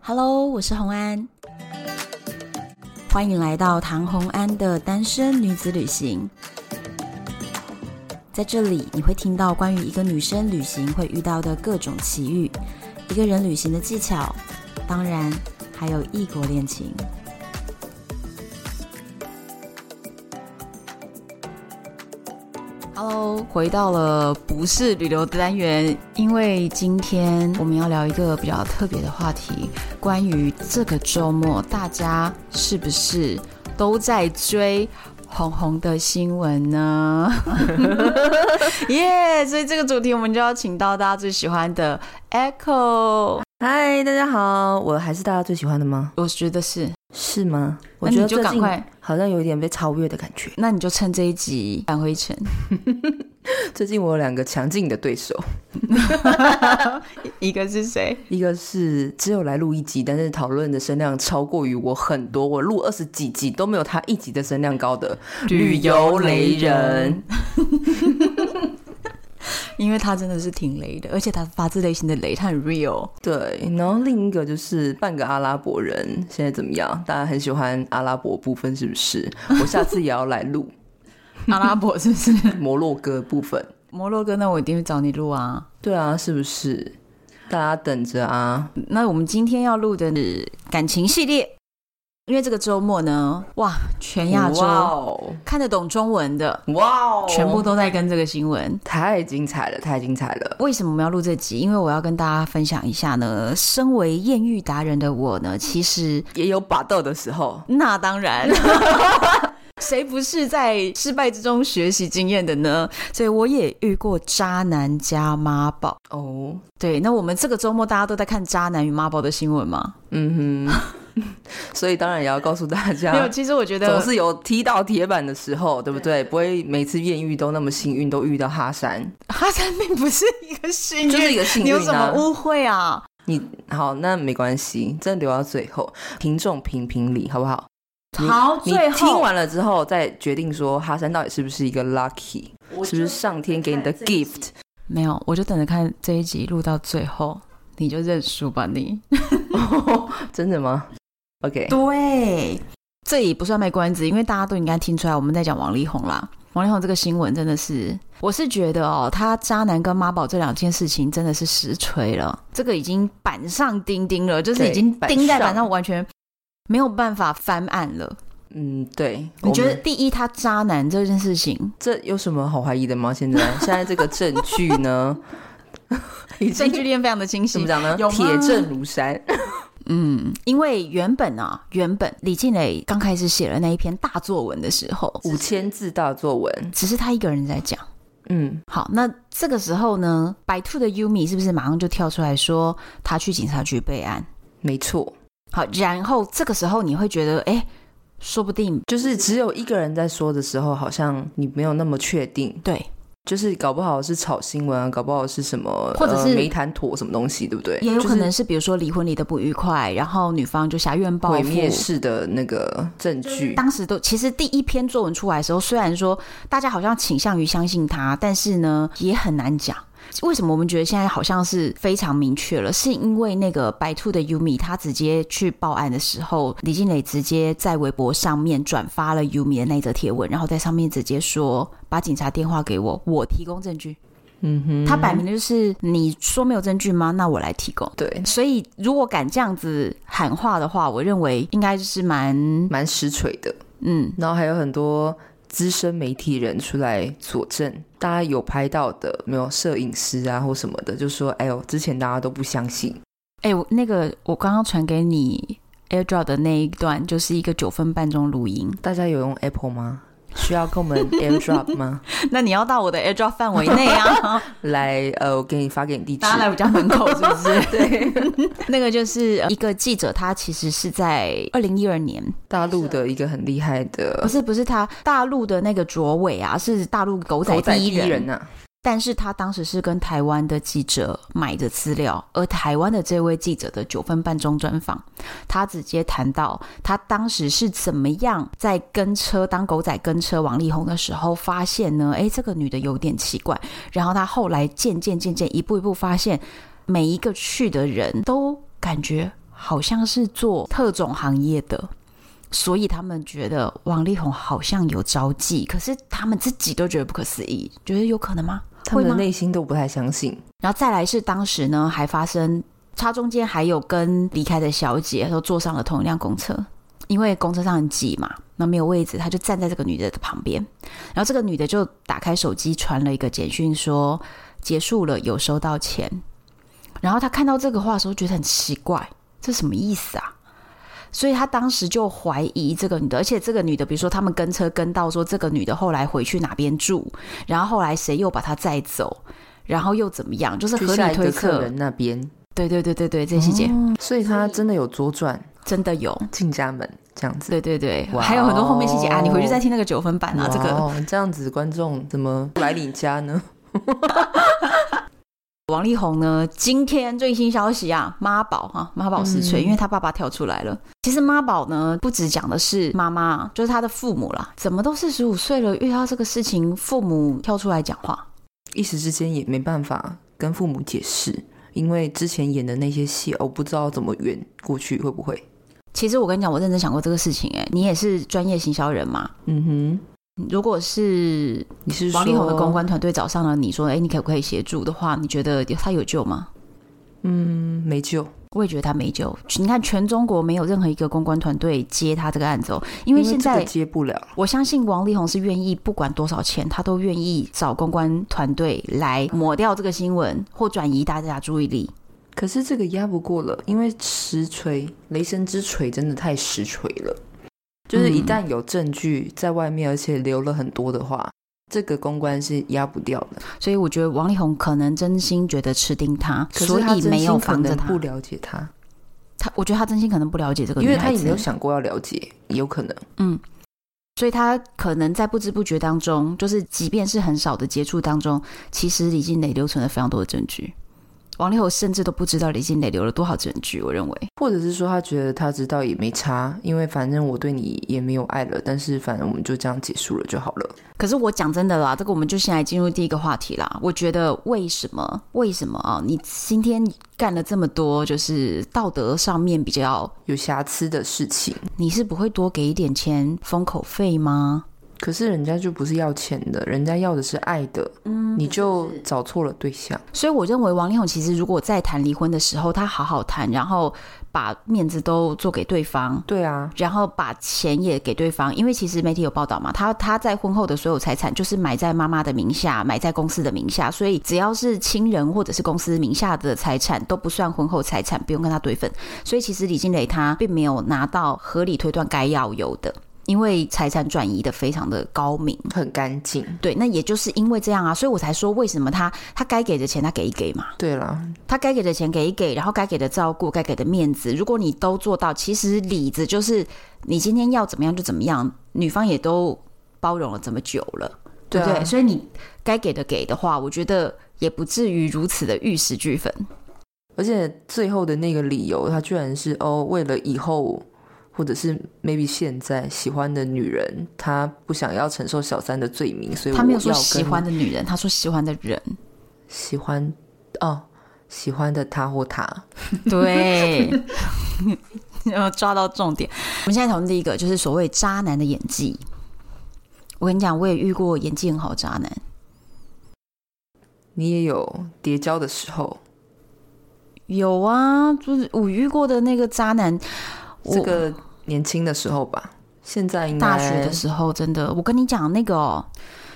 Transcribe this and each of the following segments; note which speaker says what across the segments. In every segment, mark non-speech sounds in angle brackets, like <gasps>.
Speaker 1: Hello，我是红安，欢迎来到唐红安的单身女子旅行。在这里，你会听到关于一个女生旅行会遇到的各种奇遇，一个人旅行的技巧，当然还有异国恋情。Hello，回到了不是旅游的单元，因为今天我们要聊一个比较特别的话题，关于这个周末大家是不是都在追红红的新闻呢？ <laughs> 耶！所以这个主题我们就要请到大家最喜欢的 Echo，
Speaker 2: 嗨，大家好，我还是大家最喜欢的吗？
Speaker 1: 我觉得是，
Speaker 2: 是吗？我
Speaker 1: 那你
Speaker 2: 觉得
Speaker 1: 就
Speaker 2: 最
Speaker 1: 赶
Speaker 2: 近
Speaker 1: 快，
Speaker 2: 好像有一点被超越的感觉。 <laughs>
Speaker 1: 那你就趁这一集返回城， <laughs>
Speaker 2: 最近我有两个强劲的对手，
Speaker 1: 一个是谁？
Speaker 2: 一个是只有来录一集，但是讨论的声量超过于我很多，我录二十几集都没有他一集的声量高的旅游雷人。
Speaker 1: 因为他真的是挺雷的，而且他发自内心的雷，他很 <laughs> real。
Speaker 2: 对，然后另一个就是半个阿拉伯人，现在怎么样？大家很喜欢阿拉伯部分是不是？我下次也要来录 <laughs>
Speaker 1: 阿拉伯是不是？
Speaker 2: 摩洛哥部分。
Speaker 1: 摩洛哥，那我一定会找你录啊。
Speaker 2: 对啊，是不是？大家等着啊！
Speaker 1: 那我们今天要录的是感情系列，因为这个周末呢，哇，全亚洲、
Speaker 2: 哇哦，
Speaker 1: 看得懂中文的，
Speaker 2: 哇哦，
Speaker 1: 全部都在跟这个新闻。
Speaker 2: 太精彩了，太精彩了！
Speaker 1: 为什么我们要录这集？因为我要跟大家分享一下呢，身为艳遇达人的我呢，其实
Speaker 2: 也有拔豆的时候，
Speaker 1: 那当然。 <laughs> 谁不是在失败之中学习经验的呢？所以我也遇过渣男加妈宝。
Speaker 2: 哦，
Speaker 1: 对，那我们这个周末大家都在看渣男与妈宝的新闻吗？
Speaker 2: 嗯哼， <laughs> 所以当然也要告诉大
Speaker 1: <laughs> 没有，
Speaker 2: 家，
Speaker 1: 其实我觉
Speaker 2: 总
Speaker 1: 得
Speaker 2: 是有踢到铁板的时候，对不对？不会每次艳遇都那么幸运，都遇到哈山，
Speaker 1: 哈三并不是一个幸运，
Speaker 2: 就是一个幸
Speaker 1: 你有
Speaker 2: 运
Speaker 1: 什么
Speaker 2: 啊！
Speaker 1: 误会啊？
Speaker 2: 你好，那没关系，这留到最后，听众评评理好不好？你
Speaker 1: 好，
Speaker 2: 你
Speaker 1: 最
Speaker 2: 听
Speaker 1: 后
Speaker 2: 完了之后再决定说哈山到底是不是一个 lucky，是不是上天给你的 gift？
Speaker 1: 没有，我就等着看这一集录到最后，你就认输吧你。
Speaker 2: 真的吗？OK，
Speaker 1: 对，这也不算卖关子，因为大家都应该听出来我们在讲王力宏啦。王力宏这个新闻真的是，我是觉得哦，他渣男跟妈宝这两件事情真的是实锤了，这个已经板上钉钉了，就是
Speaker 2: 对
Speaker 1: 已经钉在
Speaker 2: 板上
Speaker 1: 板上，完全没有办法翻案了。
Speaker 2: 嗯，对，
Speaker 1: 你
Speaker 2: 我
Speaker 1: 觉得
Speaker 2: 们
Speaker 1: 第一，他渣男这件事情，
Speaker 2: 这有什么好怀疑的吗？现在现在这个证据呢，已
Speaker 1: 证
Speaker 2: 经
Speaker 1: 据链非常的清
Speaker 2: 怎么
Speaker 1: 晰。
Speaker 2: 讲呢
Speaker 1: 有？吗
Speaker 2: 铁证如山。
Speaker 1: 嗯，因为原本啊，原本李静蕾刚开始写了那一篇大作文的时候，
Speaker 2: 五千字大作文，
Speaker 1: 只是他一个人在讲。
Speaker 2: 嗯，
Speaker 1: 好，那这个时候呢，白兔的 Yumi 是不是马上就跳出来说他去警察局备案？
Speaker 2: 没错，
Speaker 1: 好，然后这个时候你会觉得，哎，说不定
Speaker 2: 就是只有一个人在说的时候，好像你没有那么确定，
Speaker 1: 对，
Speaker 2: 就是搞不好是炒新闻啊，搞不好是什么，
Speaker 1: 或者是
Speaker 2: 呃没谈妥什么东西，对不对？
Speaker 1: 也有可
Speaker 2: 就
Speaker 1: 能
Speaker 2: 是
Speaker 1: 是比如说离婚离得不愉快，然后女方就挟院报
Speaker 2: 毁
Speaker 1: 复。
Speaker 2: 灭式的那个证据。
Speaker 1: 当时都其实第一篇作文出来的时候，虽然说大家好像倾向于相信他，但是呢也很难讲。为什么我们觉得现在好像是非常明确了？是因为那个白兔的 Yumi 他直接去报案的时候，李静蕾直接在微博上面转发了 Yumi 的那则贴文，然后在上面直接说把警察电话给我，我提供证据。
Speaker 2: 嗯哼，
Speaker 1: 他摆明的就是你说没有证据吗？那我来提供。
Speaker 2: 对，
Speaker 1: 所以如果敢这样子喊话的话，我认为应该就是蛮
Speaker 2: 蛮实锤的。
Speaker 1: 嗯
Speaker 2: 然后还有很多资深媒体人出来佐证，大家有拍到的，没有摄影师啊或什么的，就说：“哎呦，之前大家都不相信。
Speaker 1: 哎、我那个我刚刚传给你 AirDrop 的那一段，就是一个九分半钟录音”。
Speaker 2: 大家有用 Apple 吗？需要跟
Speaker 1: <laughs>
Speaker 2: 我们 AirDrop 吗？
Speaker 1: 那你要到我的 AirDrop 范围内
Speaker 2: <laughs>
Speaker 1: 啊，
Speaker 2: 来，呃，我给你发给你地址
Speaker 1: 大。家来我家门口是不 <laughs>
Speaker 2: <laughs>
Speaker 1: 是？
Speaker 2: 对，
Speaker 1: 那个就是呃一个记者，他其实是在二零一二年，
Speaker 2: 大陆的一个很厉害
Speaker 1: 不
Speaker 2: 的
Speaker 1: 是不是他大陆的那个卓伟啊，是大陆狗仔
Speaker 2: 狗仔
Speaker 1: 第
Speaker 2: 第
Speaker 1: 一
Speaker 2: 一
Speaker 1: 人，
Speaker 2: 人呐、啊，
Speaker 1: 但是他当时是跟台湾的记者买的资料，而台湾的这位记者的九分半钟专访，他直接谈到他当时是怎么样在跟车当狗仔跟车王力宏的时候，发现呢，诶，这个女的有点奇怪，然后他后来渐渐渐渐一步一步发现，每一个去的人都感觉。好像是做特种行业的，所以他们觉得王力宏好像有招妓，可是他们自己都觉得不可思议，觉得有可能吗？
Speaker 2: 他
Speaker 1: 会
Speaker 2: 们的
Speaker 1: 吗？
Speaker 2: 内心都不太相信。
Speaker 1: 然后再来是当时呢，还发生他中间还有跟离开的小姐都坐上了同一辆公车，因为公车上很挤嘛，那没有位置，他就站在这个女的的旁边，然后这个女的就打开手机传了一个简讯说结束了，有收到钱。然后他看到这个话的时候，觉得很奇怪，这什么意思啊？所以他当时就怀疑这个女的，而且这个女的，比如说他们跟车跟到说这个女的后来回去哪边住，然后后来谁又把她载走，然后又怎么样，就是
Speaker 2: 去
Speaker 1: 合
Speaker 2: 下
Speaker 1: 理
Speaker 2: 一个
Speaker 1: 推
Speaker 2: 客
Speaker 1: 测。嗯
Speaker 2: 人那边，
Speaker 1: 对对对对对，这些细节、
Speaker 2: 所以他真的有左转
Speaker 1: 真的有。
Speaker 2: 进家门这样子。
Speaker 1: 对对对，
Speaker 2: 哇哦
Speaker 1: 还有很多后面细节啊，你回去再听那个九分版啊，这个
Speaker 2: 哇哦这样子，观众怎么来你家呢？
Speaker 1: 王力宏呢，今天最新消息啊，妈宝哈，妈宝实锤，
Speaker 2: 嗯
Speaker 1: 因为他爸爸跳出来了。其实妈宝呢，不只讲的是妈妈，就是他的父母啦，怎么都四十五岁了，遇到这个事情，父母跳出来讲话，
Speaker 2: 一时之间也没办法跟父母解释，因为之前演的那些戏，我不知道怎么圆过去会不会。
Speaker 1: 其实我跟你讲，我认真想过这个事情、哎，你也是专业行销人嘛？
Speaker 2: 嗯
Speaker 1: 如果是
Speaker 2: 哼，你是
Speaker 1: 王力宏的
Speaker 2: 说
Speaker 1: 公关团队找上了你说，哎、你可不可以协助的话，你觉得他有救吗？
Speaker 2: 嗯没救，
Speaker 1: 我也觉得他没救。你看，全中国没有任何一个公关团队接他这个案子哦，因
Speaker 2: 因
Speaker 1: 为现
Speaker 2: 这
Speaker 1: 在
Speaker 2: 个接不了。
Speaker 1: 我相信王力宏是愿意不管多少钱，他都愿意找公关团队来抹掉这个新闻或转移大家的注意力。
Speaker 2: 可是这个压不过了，因为实锤雷神之锤真的太实锤了，就是一
Speaker 1: 嗯
Speaker 2: 旦有证据在外面，而且留了很多的话，这个公关是压不掉的。
Speaker 1: 所以我觉得王力宏可能真心觉得吃定他，
Speaker 2: 可
Speaker 1: 所
Speaker 2: 是他
Speaker 1: 以
Speaker 2: 真
Speaker 1: 没有
Speaker 2: 心可
Speaker 1: 防着
Speaker 2: 能
Speaker 1: 他
Speaker 2: 不。了解他，
Speaker 1: 他我觉得他真心可能不了解这个
Speaker 2: 因
Speaker 1: 女
Speaker 2: 为他
Speaker 1: 孩
Speaker 2: 也没有
Speaker 1: 子，
Speaker 2: 想过要了解，有可能。
Speaker 1: 嗯，所以他可能在不知不觉当中，就是即便是很少的接触当中，其实李静蕾留存了非常多的证据。王力宏甚至都不知道李静蕾留了多少证据，我认为。
Speaker 2: 或者是说他觉得他知道也没差，因为反正我对你也没有爱了，但是反正我们就这样结束了就好了。
Speaker 1: 可是我讲真的啦，这个我们就先来进入第一个话题啦。我觉得为什么为什么啊？你今天干了这么多，就是道德上面比较，
Speaker 2: 有瑕疵的事情，
Speaker 1: 你是不会多给一点钱封口费吗？
Speaker 2: 可是人家就不是要钱的，人家要的是爱的，嗯，你就找错了对象。
Speaker 1: 所以我认为王力宏其实如果在谈离婚的时候，他好好谈，然后把面子都做给对方。
Speaker 2: 对啊，
Speaker 1: 然后把钱也给对方，因为其实媒体有报道嘛，他他在婚后的所有财产就是买在妈妈的名下，买在公司的名下，所以只要是亲人或者是公司名下的财产都不算婚后财产，不用跟他对分。所以其实李金磊他并没有拿到合理推断该要有的。因为财产转移的非常的高明，
Speaker 2: 很干净。
Speaker 1: 对，那也就是因为这样啊，所以我才说为什么他他该给的钱他给一给嘛，
Speaker 2: 对啦，
Speaker 1: 他该给的钱给一给，然后该给的照顾、该给的面子，如果你都做到，其实里子就是你今天要怎么样就怎么样，女方也都包容了这么久了，对
Speaker 2: 对
Speaker 1: 不
Speaker 2: 啊
Speaker 1: 对？所以你该给的给的话，我觉得也不至于如此的玉石俱焚。
Speaker 2: 而且最后的那个理由，他居然是哦，为了以后或者是 maybe 现在喜欢的女人，他不想要承受小三的罪名，所以
Speaker 1: 他
Speaker 2: 我
Speaker 1: 没有说
Speaker 2: 要跟
Speaker 1: 喜欢的女人，他说喜欢的
Speaker 2: <laughs>
Speaker 1: 人。
Speaker 2: 喜欢哦，喜欢的他或他，
Speaker 1: 对，然后抓到重点。我们现在讨论第一个，就是所谓渣男的演技。我跟你讲，我也遇过演技很好的渣男，
Speaker 2: 你也有叠交的时候，
Speaker 1: 有啊，就是我遇过的那个渣男，我
Speaker 2: 这个年轻的时候吧，现在应该
Speaker 1: 大学的时候真的，我跟你讲那个哦，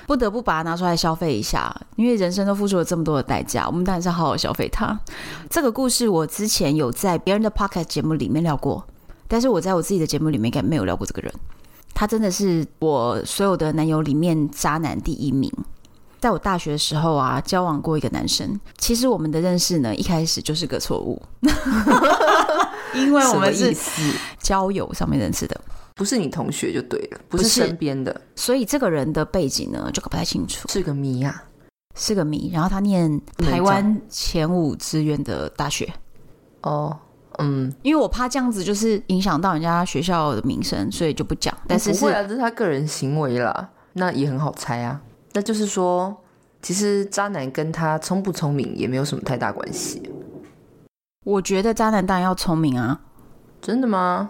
Speaker 1: 不得不把它拿出来消费一下，因为人生都付出了这么多的代价，我们当然是好好消费它。这个故事我之前有在别人的 podcast 节目里面聊过，但是我在我自己的节目里面应该没有聊过这个人。他真的是我所有的男友里面渣男第一名。在我大学的时候啊，交往过一个男生。其实我们的认识呢，一开始就是个错
Speaker 2: <laughs>
Speaker 1: 误，因为我
Speaker 2: 什么
Speaker 1: 们
Speaker 2: 意
Speaker 1: 是
Speaker 2: 思？
Speaker 1: 交友上面认识的。
Speaker 2: 不是你同学就对了，不是
Speaker 1: 不是
Speaker 2: 身边的，
Speaker 1: 所以这个人的背景呢，就搞不太清楚，
Speaker 2: 是个谜啊。
Speaker 1: 是个谜。然后他念台湾前五志愿的大学，
Speaker 2: 哦，嗯，
Speaker 1: 因为我怕这样子就是影响到人家学校的名声，所以就不讲。但是
Speaker 2: 不会
Speaker 1: 是
Speaker 2: 啊，这是他个人行为啦，那也很好猜啊。那就是说，其实渣男跟他聪不聪明也没有什么太大关系。
Speaker 1: 我觉得渣男当然要聪明啊，
Speaker 2: 真的吗？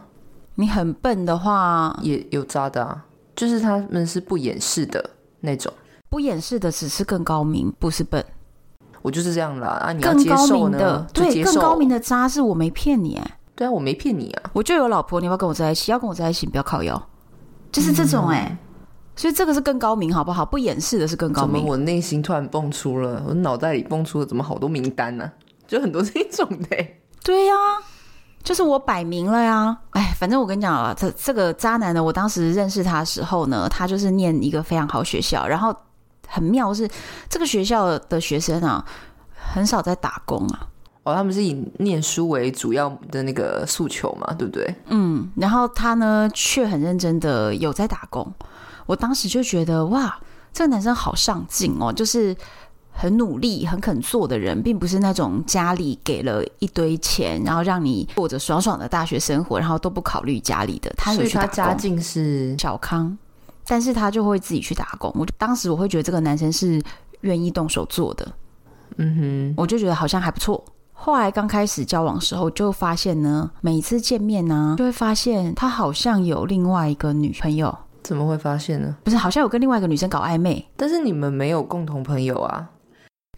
Speaker 1: 你很笨的话，
Speaker 2: 也有渣的啊，就是他们是不掩饰的那种。
Speaker 1: 不掩饰的只是更高明，不是笨。
Speaker 2: 我就是这样啦啊！你要
Speaker 1: 更
Speaker 2: 接
Speaker 1: 高
Speaker 2: 受
Speaker 1: 明
Speaker 2: 呢
Speaker 1: 的，
Speaker 2: 就
Speaker 1: 对，
Speaker 2: 接
Speaker 1: 更
Speaker 2: 受
Speaker 1: 高明的渣是我没骗你哎、
Speaker 2: 对啊，我没骗你啊。
Speaker 1: 我就有老婆，你要不要跟我在一起？要跟我在一起，你不要靠腰，就是这
Speaker 2: 嗯
Speaker 1: 种哎、所以这个是更高明，好不好？不掩饰的是更高
Speaker 2: 怎么
Speaker 1: 明。
Speaker 2: 我内心突然蹦出了，我脑袋里蹦出了怎么好多名单呢、 <laughs> 就很多这种的欸、
Speaker 1: 对呀、就是我摆明了呀。哎，反正我跟你讲啊，这这个渣男呢，我当时认识他的时候呢，他就是念一个非常好学校，然后很妙是这个学校的学生啊，很少在打工啊。
Speaker 2: 哦，他们是以念书为主要的那个诉求嘛，对不对？
Speaker 1: 嗯，然后他呢却很认真的有在打工。我当时就觉得哇，这个男生好上进哦，就是很努力、很肯做的人，并不是那种家里给了一堆钱，然后让你过着爽爽的大学生活，然后都不考虑家里的。他
Speaker 2: 所
Speaker 1: 有
Speaker 2: 以
Speaker 1: 去打
Speaker 2: 他家
Speaker 1: 工，
Speaker 2: 境是
Speaker 1: 小康，但是他就会自己去打工。我就当时我会觉得这个男生是愿意动手做的，
Speaker 2: 嗯
Speaker 1: 我就觉得好像还不错。后来刚开始交往时候，就发现呢，每次见面呢、就会发现他好像有另外一个女朋友，
Speaker 2: 哼，怎么会发现呢？
Speaker 1: 不是，好像有跟另外一个女生搞暧昧，
Speaker 2: 但是你们没有共同朋友啊，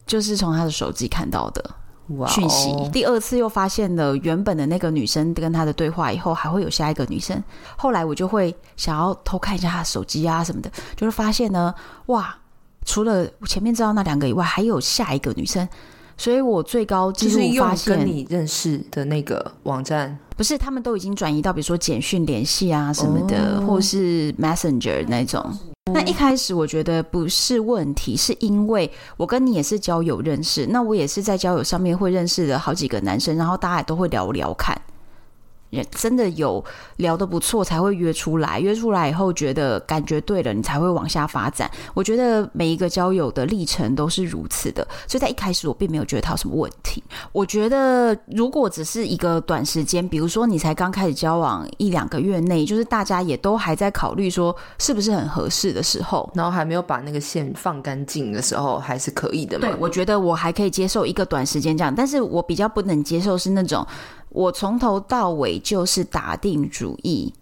Speaker 1: 就是从他的手机看到的
Speaker 2: 哇、哦，
Speaker 1: 讯息。第二次又发现了原本的那个女生跟他的对话以后，还会有下一个女生。后来我就会想要偷看一下他的手机啊什么的，就是发现呢，哇，除了我前面知道那两个以外，还有下一个女生。所以我最高纪
Speaker 2: 就
Speaker 1: 录
Speaker 2: 是用
Speaker 1: 发现，
Speaker 2: 跟你认识的那个网站，
Speaker 1: 不是，他们都已经转移到比如说简讯联系啊什么的，
Speaker 2: 哦
Speaker 1: 或是 Messenger 那种。那
Speaker 2: 嗯
Speaker 1: 一开始我觉得不是问题，是因为我跟你也是交友认识，那我也是在交友上面会认识的好几个男生，然后大家也都会聊聊看，也真的有聊得不错才会约出来，约出来以后觉得感觉对了，你才会往下发展。我觉得每一个交友的历程都是如此的，所以在一开始我并没有觉得它有什么问题。我觉得，如果只是一个短时间，比如说你才刚开始交往一两个月内，就是大家也都还在考虑说是不是很合适的时候，
Speaker 2: 然后还没有把那个线放干净的时候，还是可以的嘛。
Speaker 1: 对我觉得我还可以接受一个短时间这样，但是我比较不能接受是那种我从头到尾就是打定主意，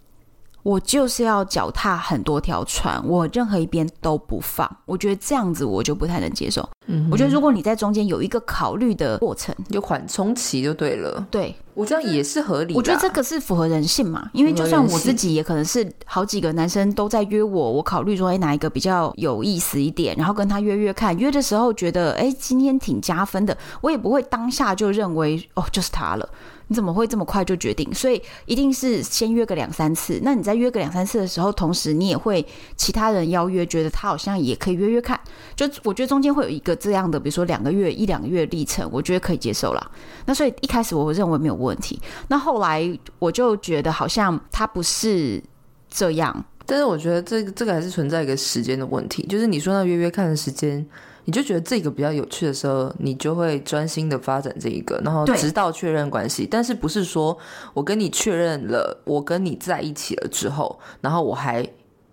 Speaker 1: 我就是要脚踏很多条船，我任何一边都不放。我觉得这样子我就不太能接受。
Speaker 2: 嗯哼
Speaker 1: 我觉得如果你在中间有一个考虑的过程，
Speaker 2: 有缓冲期就对了，
Speaker 1: 对，
Speaker 2: 我这样也是合理的啊、
Speaker 1: 我觉得这个是符合人性嘛，因为就算我自己也可能是好几个男生都在约我，我考虑说，哎，哪一个比较有意思一点，然后跟他约约看。约的时候觉得，哎，今天挺加分的，我也不会当下就认为，哦，就是他了。你怎么会这么快就决定？所以一定是先约个两三次。那你在约个两三次的时候，同时你也会其他人邀约，觉得他好像也可以约约看。就我觉得中间会有一个这样的，比如说两个月、一两个月的历程，我觉得可以接受啦。那所以一开始我认为没有问题，那后来我就觉得好像他不是这样，
Speaker 2: 但是我觉得这个这个还是存在一个时间的问题，就是你说那约约看的时间，你就觉得这个比较有趣的时候，你就会专心的发展这一个，然后
Speaker 1: 对
Speaker 2: 直到确认关系。但是不是说我跟你确认了，我跟你在一起了之后，然后我还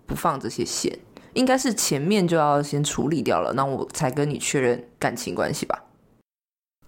Speaker 2: 不放这些线，应该是前面就要先处理掉了，那我才跟你确认感情关系吧？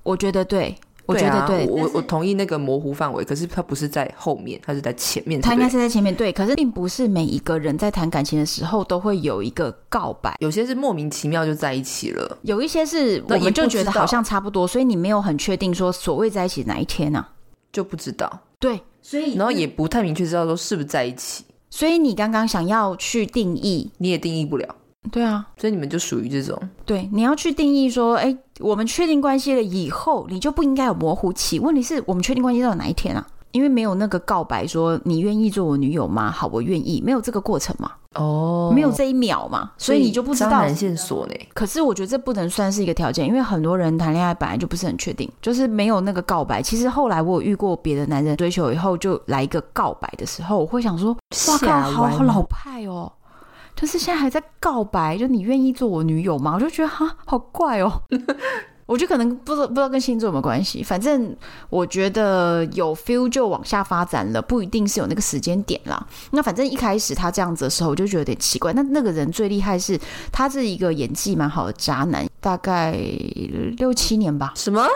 Speaker 1: 我觉得对，我觉得对
Speaker 2: 啊、，我我我同意那个模糊范围，可是它不是在后面，它是在前面。
Speaker 1: 他
Speaker 2: 对
Speaker 1: 应
Speaker 2: 不对
Speaker 1: 该是在前面对，可是并不是每一个人在谈感情的时候都会有一个告白。
Speaker 2: 有些是莫名其妙就在一起了。
Speaker 1: 有一些是
Speaker 2: 那
Speaker 1: 我
Speaker 2: 也
Speaker 1: 们就
Speaker 2: 不
Speaker 1: 觉
Speaker 2: 知
Speaker 1: 得
Speaker 2: 道
Speaker 1: 好像差不多，所以你没有很确定说所谓在一起哪一天呢、啊
Speaker 2: 就不知道，
Speaker 1: 对，所以
Speaker 2: 然后也不太明确知道说是不是在一起，
Speaker 1: 所以你刚刚想要去定义，
Speaker 2: 你也定义不了，
Speaker 1: 对啊，
Speaker 2: 所以你们就属于这种
Speaker 1: 对，你要去定义说，哎，我们确定关系了以后，你就不应该有模糊期。问题是我们确定关系到哪一天啊？因为没有那个告白说你愿意做我女友吗？好，我愿意，没有这个过程嘛，
Speaker 2: 哦
Speaker 1: 没有，这一秒嘛，所以你就不知
Speaker 2: 渣
Speaker 1: 道
Speaker 2: 男。线索呢。
Speaker 1: 可是我觉得这不能算是一个条件，因为很多人谈恋爱本来就不是很确定，就是没有那个告白。其实后来我有遇过别的男人追求以后就来一个告白的时候，我会想说，哇靠，
Speaker 2: 吓
Speaker 1: 好
Speaker 2: 歪
Speaker 1: 好老派哦，就是现在还在告白，就你愿意做我女友吗？我就觉得哈，好怪哦。 <laughs> 我就可能不知道不知道跟星座有没有关系，反正我觉得有 feel 就往下发展了，不一定是有那个时间点啦。那反正一开始他这样子的时候，我就觉得有点奇怪。那那个人最厉害是，他是一个演技蛮好的渣男，大概六七年吧，
Speaker 2: 什么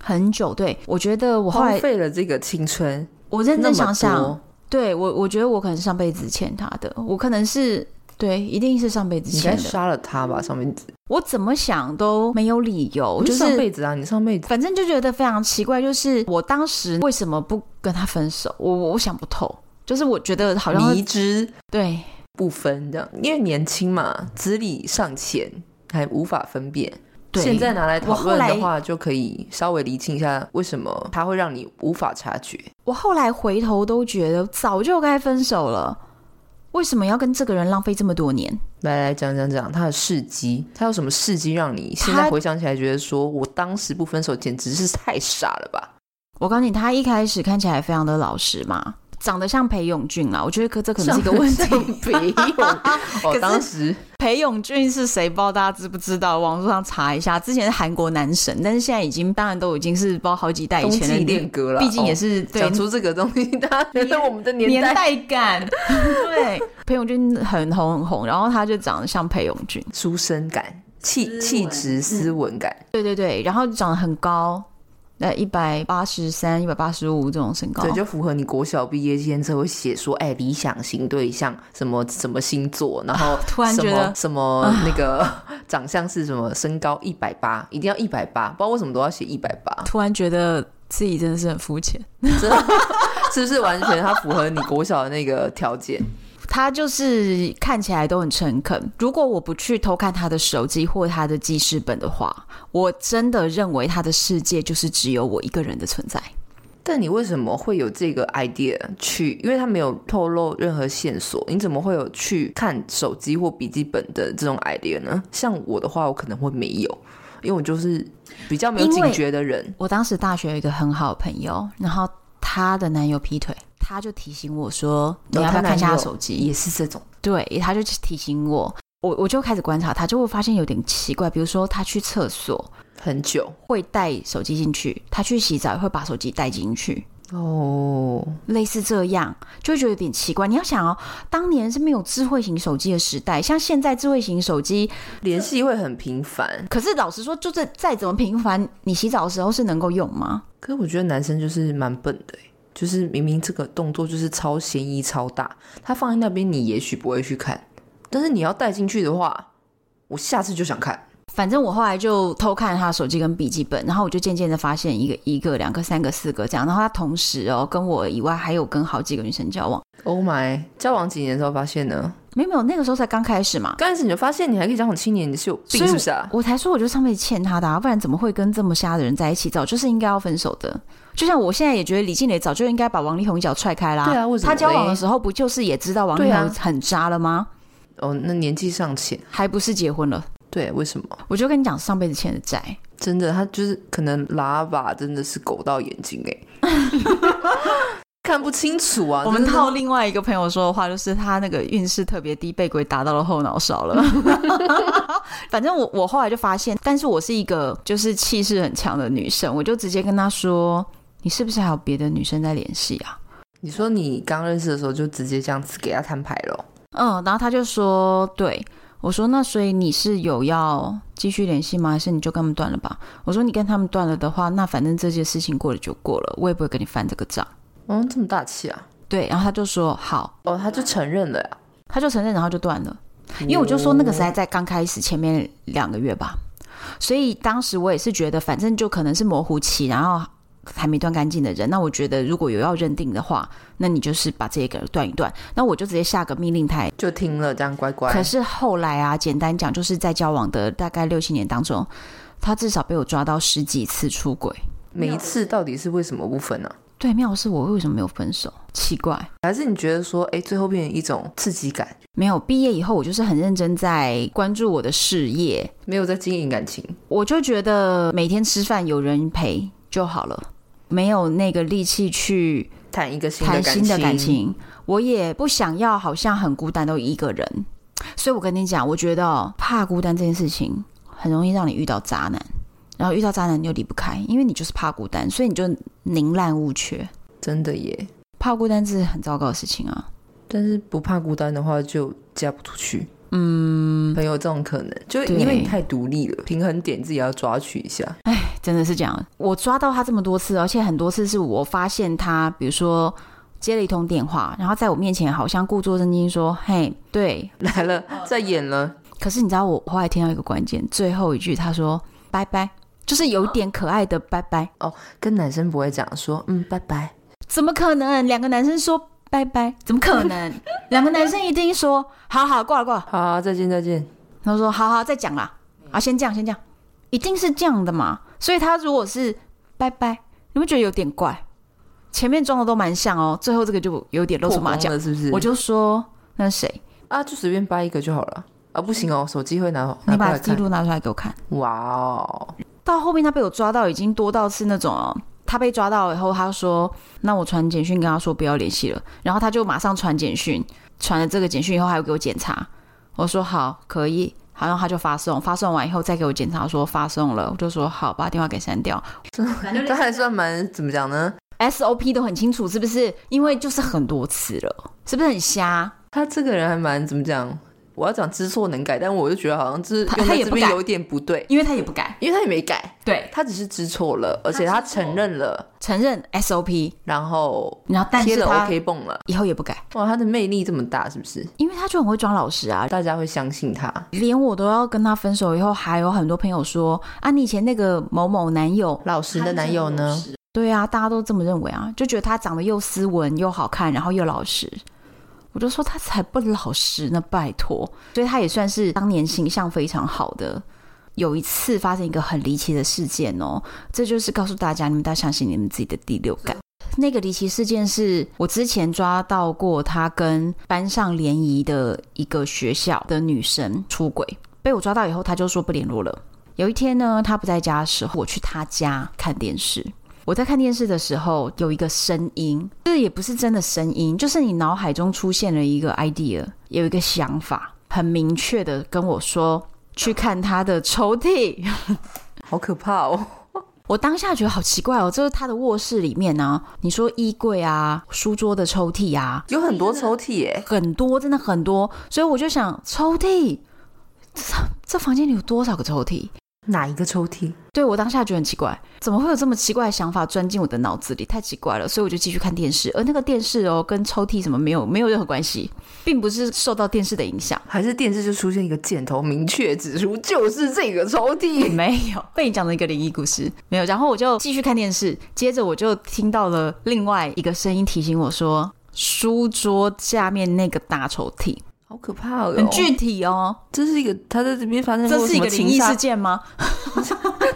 Speaker 1: 很久。对我觉得我后
Speaker 2: 荒
Speaker 1: 来
Speaker 2: 废了这个青春？
Speaker 1: 我认
Speaker 2: 那
Speaker 1: 真想
Speaker 2: 么
Speaker 1: 想
Speaker 2: 多，，
Speaker 1: 对我，我觉得我可能上辈子欠他的，我可能是对，一定是上辈子
Speaker 2: 你应该
Speaker 1: 欠的。
Speaker 2: 杀了他吧？上辈子，
Speaker 1: 我怎么想都没有理由，就
Speaker 2: 你上
Speaker 1: 是
Speaker 2: 辈子啊，你上辈子
Speaker 1: 反正就觉得非常奇怪，就是我当时为什么不跟他分手？我我我想不透，就是我觉得好像
Speaker 2: 迷之
Speaker 1: 对
Speaker 2: 不分这样，因为年轻嘛，资历尚浅，还无法分辨。
Speaker 1: 对，
Speaker 2: 现在拿来
Speaker 1: 我
Speaker 2: 讨
Speaker 1: 后
Speaker 2: 论
Speaker 1: 来
Speaker 2: 的话，就可以稍微厘清一下为什么它会让你无法察觉。
Speaker 1: 我后来回头都觉得早就该分手了，为什么要跟这个人浪费这么多年？
Speaker 2: 来来讲讲讲他的事迹，他有什么事迹让你现
Speaker 1: 他
Speaker 2: 在回想起来觉得说，我当时不分手简直是太傻了吧？
Speaker 1: 我告诉你，他一开始看起来非常的老实嘛，长得像裴勇俊啊啦，我觉得可这可能是一个问题。
Speaker 2: 没
Speaker 1: <laughs>
Speaker 2: 有，
Speaker 1: 是
Speaker 2: <laughs> 哦，当时
Speaker 1: 裴勇俊是谁？不知道大家知不知道？网络上查一下，之前是韩国男神，但是现在已经当然都已经是包好几代以
Speaker 2: 冬
Speaker 1: 前
Speaker 2: 季
Speaker 1: 的
Speaker 2: 恋歌了，
Speaker 1: 毕竟也
Speaker 2: 哦
Speaker 1: 是、对
Speaker 2: 讲出这个东西，大家觉得我们的
Speaker 1: 年
Speaker 2: 年代
Speaker 1: 代感。
Speaker 2: <laughs>
Speaker 1: 对，裴勇俊很红很红，然后他就长得像裴勇俊，
Speaker 2: 书生感、气气质、斯文感，
Speaker 1: 对对对，然后长得很高。呃，一百八十三、一百八十五这种身高，
Speaker 2: 对，就符合你国小毕业前测会写说，哎，理想型对象什么什么星座，然后
Speaker 1: 啊突然
Speaker 2: 什
Speaker 1: 觉
Speaker 2: 么
Speaker 1: 得啊
Speaker 2: 什么那个 <laughs> 长相是什么，身高一百八，一定要一百八，不知道为什么都要写一百八，
Speaker 1: 突然觉得自己真的是很肤浅。
Speaker 2: 真的是不是完全它符合你国小的那个
Speaker 1: <laughs>
Speaker 2: 条件？
Speaker 1: 他就是看起来都很诚恳。如果我不去偷看他的手机或他的记事本的话，我真的认为他的世界就是只有我一个人的存在。
Speaker 2: 但你为什么会有这个 idea 去？因为他没有透露任何线索，你怎么会有去看手机或笔记本的这种 idea 呢？像我的话，我可能会没有，因为我就是比较没有
Speaker 1: 因为
Speaker 2: 警觉的人。
Speaker 1: 我当时大学有一个很好的朋友，然后她的男友劈腿，她就提醒我说：“你要不要看一下她手机
Speaker 2: 也是这种，？”
Speaker 1: 对，她就提醒我，我我就开始观察她，就会发现有点奇怪，比如说她去厕所
Speaker 2: 很久
Speaker 1: 会带手机进去，她去洗澡也会把手机带进去，
Speaker 2: 哦。
Speaker 1: 类似这样，就会觉得有点奇怪。你要想哦，当年是没有智慧型手机的时代，像现在智慧型手机，
Speaker 2: 联系会很频繁，
Speaker 1: 可是老实说，就是再怎么频繁，你洗澡的时候是能够用吗？
Speaker 2: 可是我觉得男生就是蛮笨的欸、就是明明这个动作就是超嫌疑超大，他放在那边你也许不会去看，但是你要带进去的话，我下次就想看。
Speaker 1: 反正我后来就偷看他的手机跟笔记本，然后我就渐渐的发现一个、一个、两个、三个、四个这样。然后他同时哦，跟我以外还有跟好几个女生交往。
Speaker 2: Oh my！交往几年之后发现呢？
Speaker 1: 没有没有，那个时候才刚开始嘛，
Speaker 2: 刚开始你就发现你还可以交往七年，你是有病
Speaker 1: 所以
Speaker 2: 是不是啊？
Speaker 1: 我才说，我就上辈子欠他的、啊，不然怎么会跟这么瞎的人在一起？早就是应该要分手的。就像我现在也觉得李静蕾早就应该把王力宏一脚踹开啦。
Speaker 2: 对啊为什么
Speaker 1: 他交往
Speaker 2: 嘞
Speaker 1: 的时候不就是也知道王力
Speaker 2: 对啊
Speaker 1: 宏很渣了吗？
Speaker 2: 哦，那年纪尚浅，
Speaker 1: 还不是结婚了？
Speaker 2: 对，为什么？
Speaker 1: 我就跟你讲，上辈子欠的债。
Speaker 2: 真的，他就是可能拉吧，真的是狗到眼睛哎、
Speaker 1: <laughs>
Speaker 2: 看不清楚啊！
Speaker 1: 我们
Speaker 2: 真的
Speaker 1: 套另外一个朋友说的话，就是他那个运势特别低，被鬼打到了后脑勺
Speaker 2: <laughs>
Speaker 1: 了。 <laughs> 反正我我后来就发现，但是我是一个就是气势很强的女生，我就直接跟他说：“你是不是还有别的女生在联系啊？”
Speaker 2: 你说你刚认识的时候就直接这样子给他摊牌了哦、
Speaker 1: 嗯，然后他就说，对我说，那所以你是有要继续联系吗？还是你就跟他们断了吧？我说你跟他们断了的话，那反正这件事情过了就过了，我也不会跟你翻这个账。
Speaker 2: 嗯，这么大气啊！
Speaker 1: 对，然后他就说好，
Speaker 2: 哦，他就承认了呀、
Speaker 1: 他就承认，然后就断了。因为我就说那个时代在刚开始前面两个月吧，所以当时我也是觉得，反正就可能是模糊期，然后还没断干净的人。那我觉得如果有要认定的话，那你就是把这个断一断。那我就直接下个命令台，
Speaker 2: 就听了，这样乖乖。
Speaker 1: 可是后来啊，简单讲，就是在交往的大概六七年当中，他至少被我抓到十几次出轨。
Speaker 2: 每一次到底是为什么不分呢、啊？
Speaker 1: 对，妙的是我为什么没有分手？奇怪，
Speaker 2: 还是你觉得说，哎，最后变成一种刺激感，
Speaker 1: 没有毕业以后，我就是很认真在关注我的事业，
Speaker 2: 没有在经营感情？
Speaker 1: 我就觉得每天吃饭有人陪就好了，没有那个力气去
Speaker 2: 谈一个新的
Speaker 1: 谈
Speaker 2: 感
Speaker 1: 新
Speaker 2: 情，
Speaker 1: 的感情，我也不想要好像很孤单都一个人。所以我跟你讲，我觉得哦怕孤单这件事情很容易让你遇到渣男，然后遇到渣男你又离不开，因为你就是怕孤单，所以你就宁滥勿缺。
Speaker 2: 真的耶。
Speaker 1: 怕孤单是很糟糕的事情啊。
Speaker 2: 但是不怕孤单的话，就嫁不出去。嗯，朋友这种可能，就
Speaker 1: 对
Speaker 2: 因为你太独立了，平衡点自己要抓取一下。
Speaker 1: 哎，真的是这样。我抓到他这么多次，而且很多次是我发现他，比如说接了一通电话，然后在我面前好像故作震惊说：“嘿，对。
Speaker 2: 来了，再演了，”
Speaker 1: 可是你知道我后来听到一个关键，最后一句他说：“拜拜。”就是有点可爱的拜拜，
Speaker 2: 跟男生不会讲说嗯拜拜，
Speaker 1: 怎么可能？两个男生说拜拜，怎么可
Speaker 2: <laughs>
Speaker 1: 能？两个男生一定说好好挂了挂了。
Speaker 2: 好、啊再见再见，
Speaker 1: 他说：“好好，再讲啦，啊，先这样，先这样，一定是这样的嘛。所以他如果是拜拜，你们觉得有点怪？前面装的都蛮像哦，最后这个就有点露出马脚
Speaker 2: 破功。了是不是？
Speaker 1: 我就说那是谁，
Speaker 2: 啊就随便掰一个就好了啊，不行哦，手机会拿
Speaker 1: 你
Speaker 2: 拿过
Speaker 1: 把
Speaker 2: 来
Speaker 1: 记
Speaker 2: 看，
Speaker 1: 录拿出来给我看。
Speaker 2: 哇哦，
Speaker 1: 到后面他被我抓到已经多到是那种哦，他被抓到以后，他说那我传简讯跟他说不要联系了，然后他就马上传简讯，传了这个简讯以后还要给我检查，我说好可以。然后他就发送，发送完以后再给我检查，说发送了，我就说好，把电话给删掉。
Speaker 2: 这还算蛮怎么讲呢？
Speaker 1: SOP 都很清楚，是不是？因为就是很多次了，是不是很瞎？
Speaker 2: 他这个人还蛮怎么讲？我要讲知错能改，但我就觉得好像就是
Speaker 1: 他
Speaker 2: 用
Speaker 1: 他
Speaker 2: 在
Speaker 1: 也
Speaker 2: 这
Speaker 1: 不
Speaker 2: 边
Speaker 1: 改
Speaker 2: 有点不对，
Speaker 1: 因为他也不改，
Speaker 2: 因为他也没改，
Speaker 1: 对，
Speaker 2: 他只是知错了，而且他承认了，
Speaker 1: 承认 SOP，
Speaker 2: 然后
Speaker 1: 然后但
Speaker 2: 贴
Speaker 1: 是
Speaker 2: 了
Speaker 1: 他
Speaker 2: OK 泵了。
Speaker 1: 以后也不改，
Speaker 2: 哇，他的魅力这么大，是不是？
Speaker 1: 因为他就很会装老实啊。
Speaker 2: 大家会相信他？
Speaker 1: 连我都要跟他分手以后，还有很多朋友说啊，你以前那个某某男友，
Speaker 2: 老实的男友呢？
Speaker 1: 对啊，大家都这么认为啊，就觉得他长得又斯文又好看，然后又老实。我就说他才不老实呢，拜托。所以他也算是当年形象非常好的。有一次发生一个很离奇的事件哦，这就是告诉大家，你们要相信你们自己的第六感。那个离奇事件是我之前抓到过，他跟班上联谊的一个学校的女生出轨，被我抓到以后，他就说不联络了。有一天呢，他不在家的时候，我去他家看电视，我在看电视的时候，有一个声音，这也不是真的声音，就是你脑海中出现了一个 idea，有一个想法，很明确的跟我说去看他的抽屉。 <laughs>
Speaker 2: 好可怕哦！
Speaker 1: 我当下觉得好奇怪哦，这是他的卧室里面呢、你说衣柜啊、书桌的抽屉啊，
Speaker 2: 有很多抽屉耶，
Speaker 1: 很多，真的很多，所以我就想，抽屉，这这房间里有多少个抽屉？
Speaker 2: 哪一个抽屉？
Speaker 1: 对我当下觉得很奇怪，怎么会有这么奇怪的想法钻进我的脑子里？太奇怪了，所以我就继续看电视。而那个电视哦，跟抽屉什么没有没有任何关系，并不是受到电视的影响， <laughs>
Speaker 2: 还是电视就出现一个箭头，明确指出就是这个抽屉？
Speaker 1: 没有被你讲的一个灵异故事，没有。然后我就继续看电视，接着我就听到了另外一个声音提醒我说，书桌下面那个大抽屉，
Speaker 2: 好可怕哦！
Speaker 1: 很具体哦，
Speaker 2: 这是一个他在这边发生
Speaker 1: 这
Speaker 2: 过
Speaker 1: 是
Speaker 2: 什
Speaker 1: 一
Speaker 2: 么
Speaker 1: 个灵
Speaker 2: 情
Speaker 1: 异事
Speaker 2: 杀
Speaker 1: 件吗？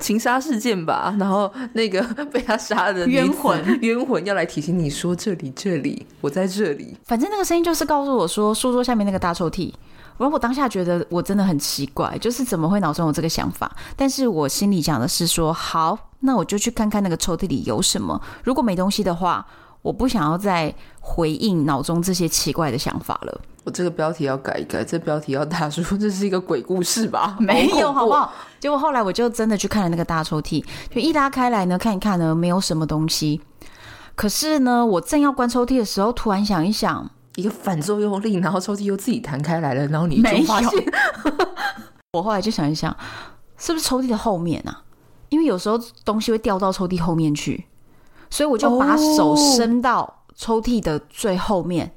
Speaker 2: 情杀事件吧？然后那个被他杀的女子
Speaker 1: 冤魂，
Speaker 2: 冤魂要来提醒你说这里这里，我在这里。
Speaker 1: 反正那个声音就是告诉我说，书桌下面那个大抽屉。然后我当下觉得我真的很奇怪，就是怎么会脑中有这个想法？但是我心里想的是说，好，那我就去看看那个抽屉里有什么。如果没东西的话，我不想要再回应脑中这些奇怪的想法了。
Speaker 2: 我这个标题要改一改，这标题要大叔，这是一个鬼故事吧？
Speaker 1: <laughs> 没有，
Speaker 2: 恐怖
Speaker 1: 好不？好？结果后来我就真的去看了那个大抽屉，就一拉开来呢，看一看呢，没有什么东西。可是呢，我正要关抽屉的时候，突然想一想，
Speaker 2: 一个反作用力，然后抽屉又自己弹开来了，然后你就
Speaker 1: 没有
Speaker 2: 发现
Speaker 1: <laughs> 我后来就想一想，是不是抽屉的后面啊？因为有时候东西会掉到抽屉后面去，所以我就把
Speaker 2: 哦
Speaker 1: 手伸到抽屉的最后面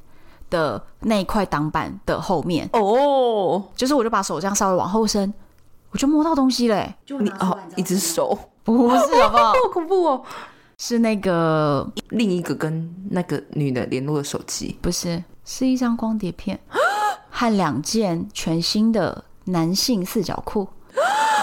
Speaker 1: 的那一块挡板的后面，
Speaker 2: 哦，
Speaker 1: 就是我就把手这样稍微往后伸，我就摸到东西嘞、
Speaker 2: 你哦，一只手，
Speaker 1: 不是好不好？
Speaker 2: 好恐怖哦！
Speaker 1: <laughs> 是那个
Speaker 2: 另一个跟那个女的联络的手机，
Speaker 1: 不是，是一张光碟 <gasps> 片和两件全新的男性四角裤，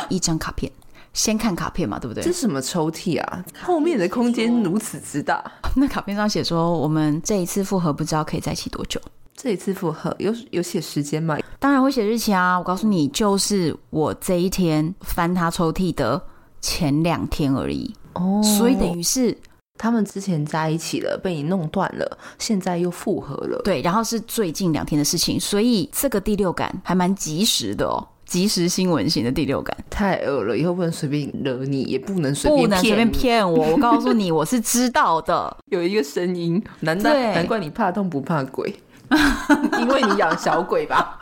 Speaker 1: 一张卡片。先看卡片嘛，对不对？
Speaker 2: 这是什么抽屉啊？后面的空间如此之大，
Speaker 1: 那卡片上写说，我们这一次复合不知道可以在一起多久。
Speaker 2: 这一次复合有有写时间吗？
Speaker 1: 当然会写日期啊！我告诉你，就是我这一天翻他抽屉的前两天而已，
Speaker 2: 哦
Speaker 1: 所以等于是
Speaker 2: 他们之前在一起了，被你弄断了，现在又复合了。
Speaker 1: 对，然后是最近两天的事情，所以这个第六感还蛮及时的哦，及时新闻型的第六感，
Speaker 2: 太恶了，以后不能随便惹你，也不能随
Speaker 1: 不
Speaker 2: 便
Speaker 1: 能
Speaker 2: 骗
Speaker 1: 随便
Speaker 2: 你。
Speaker 1: 骗我，我告诉你，我是知道的。 <laughs>
Speaker 2: 有一个声音，难道
Speaker 1: 对
Speaker 2: <laughs> 难怪你怕痛不怕鬼？因为你养小鬼吧？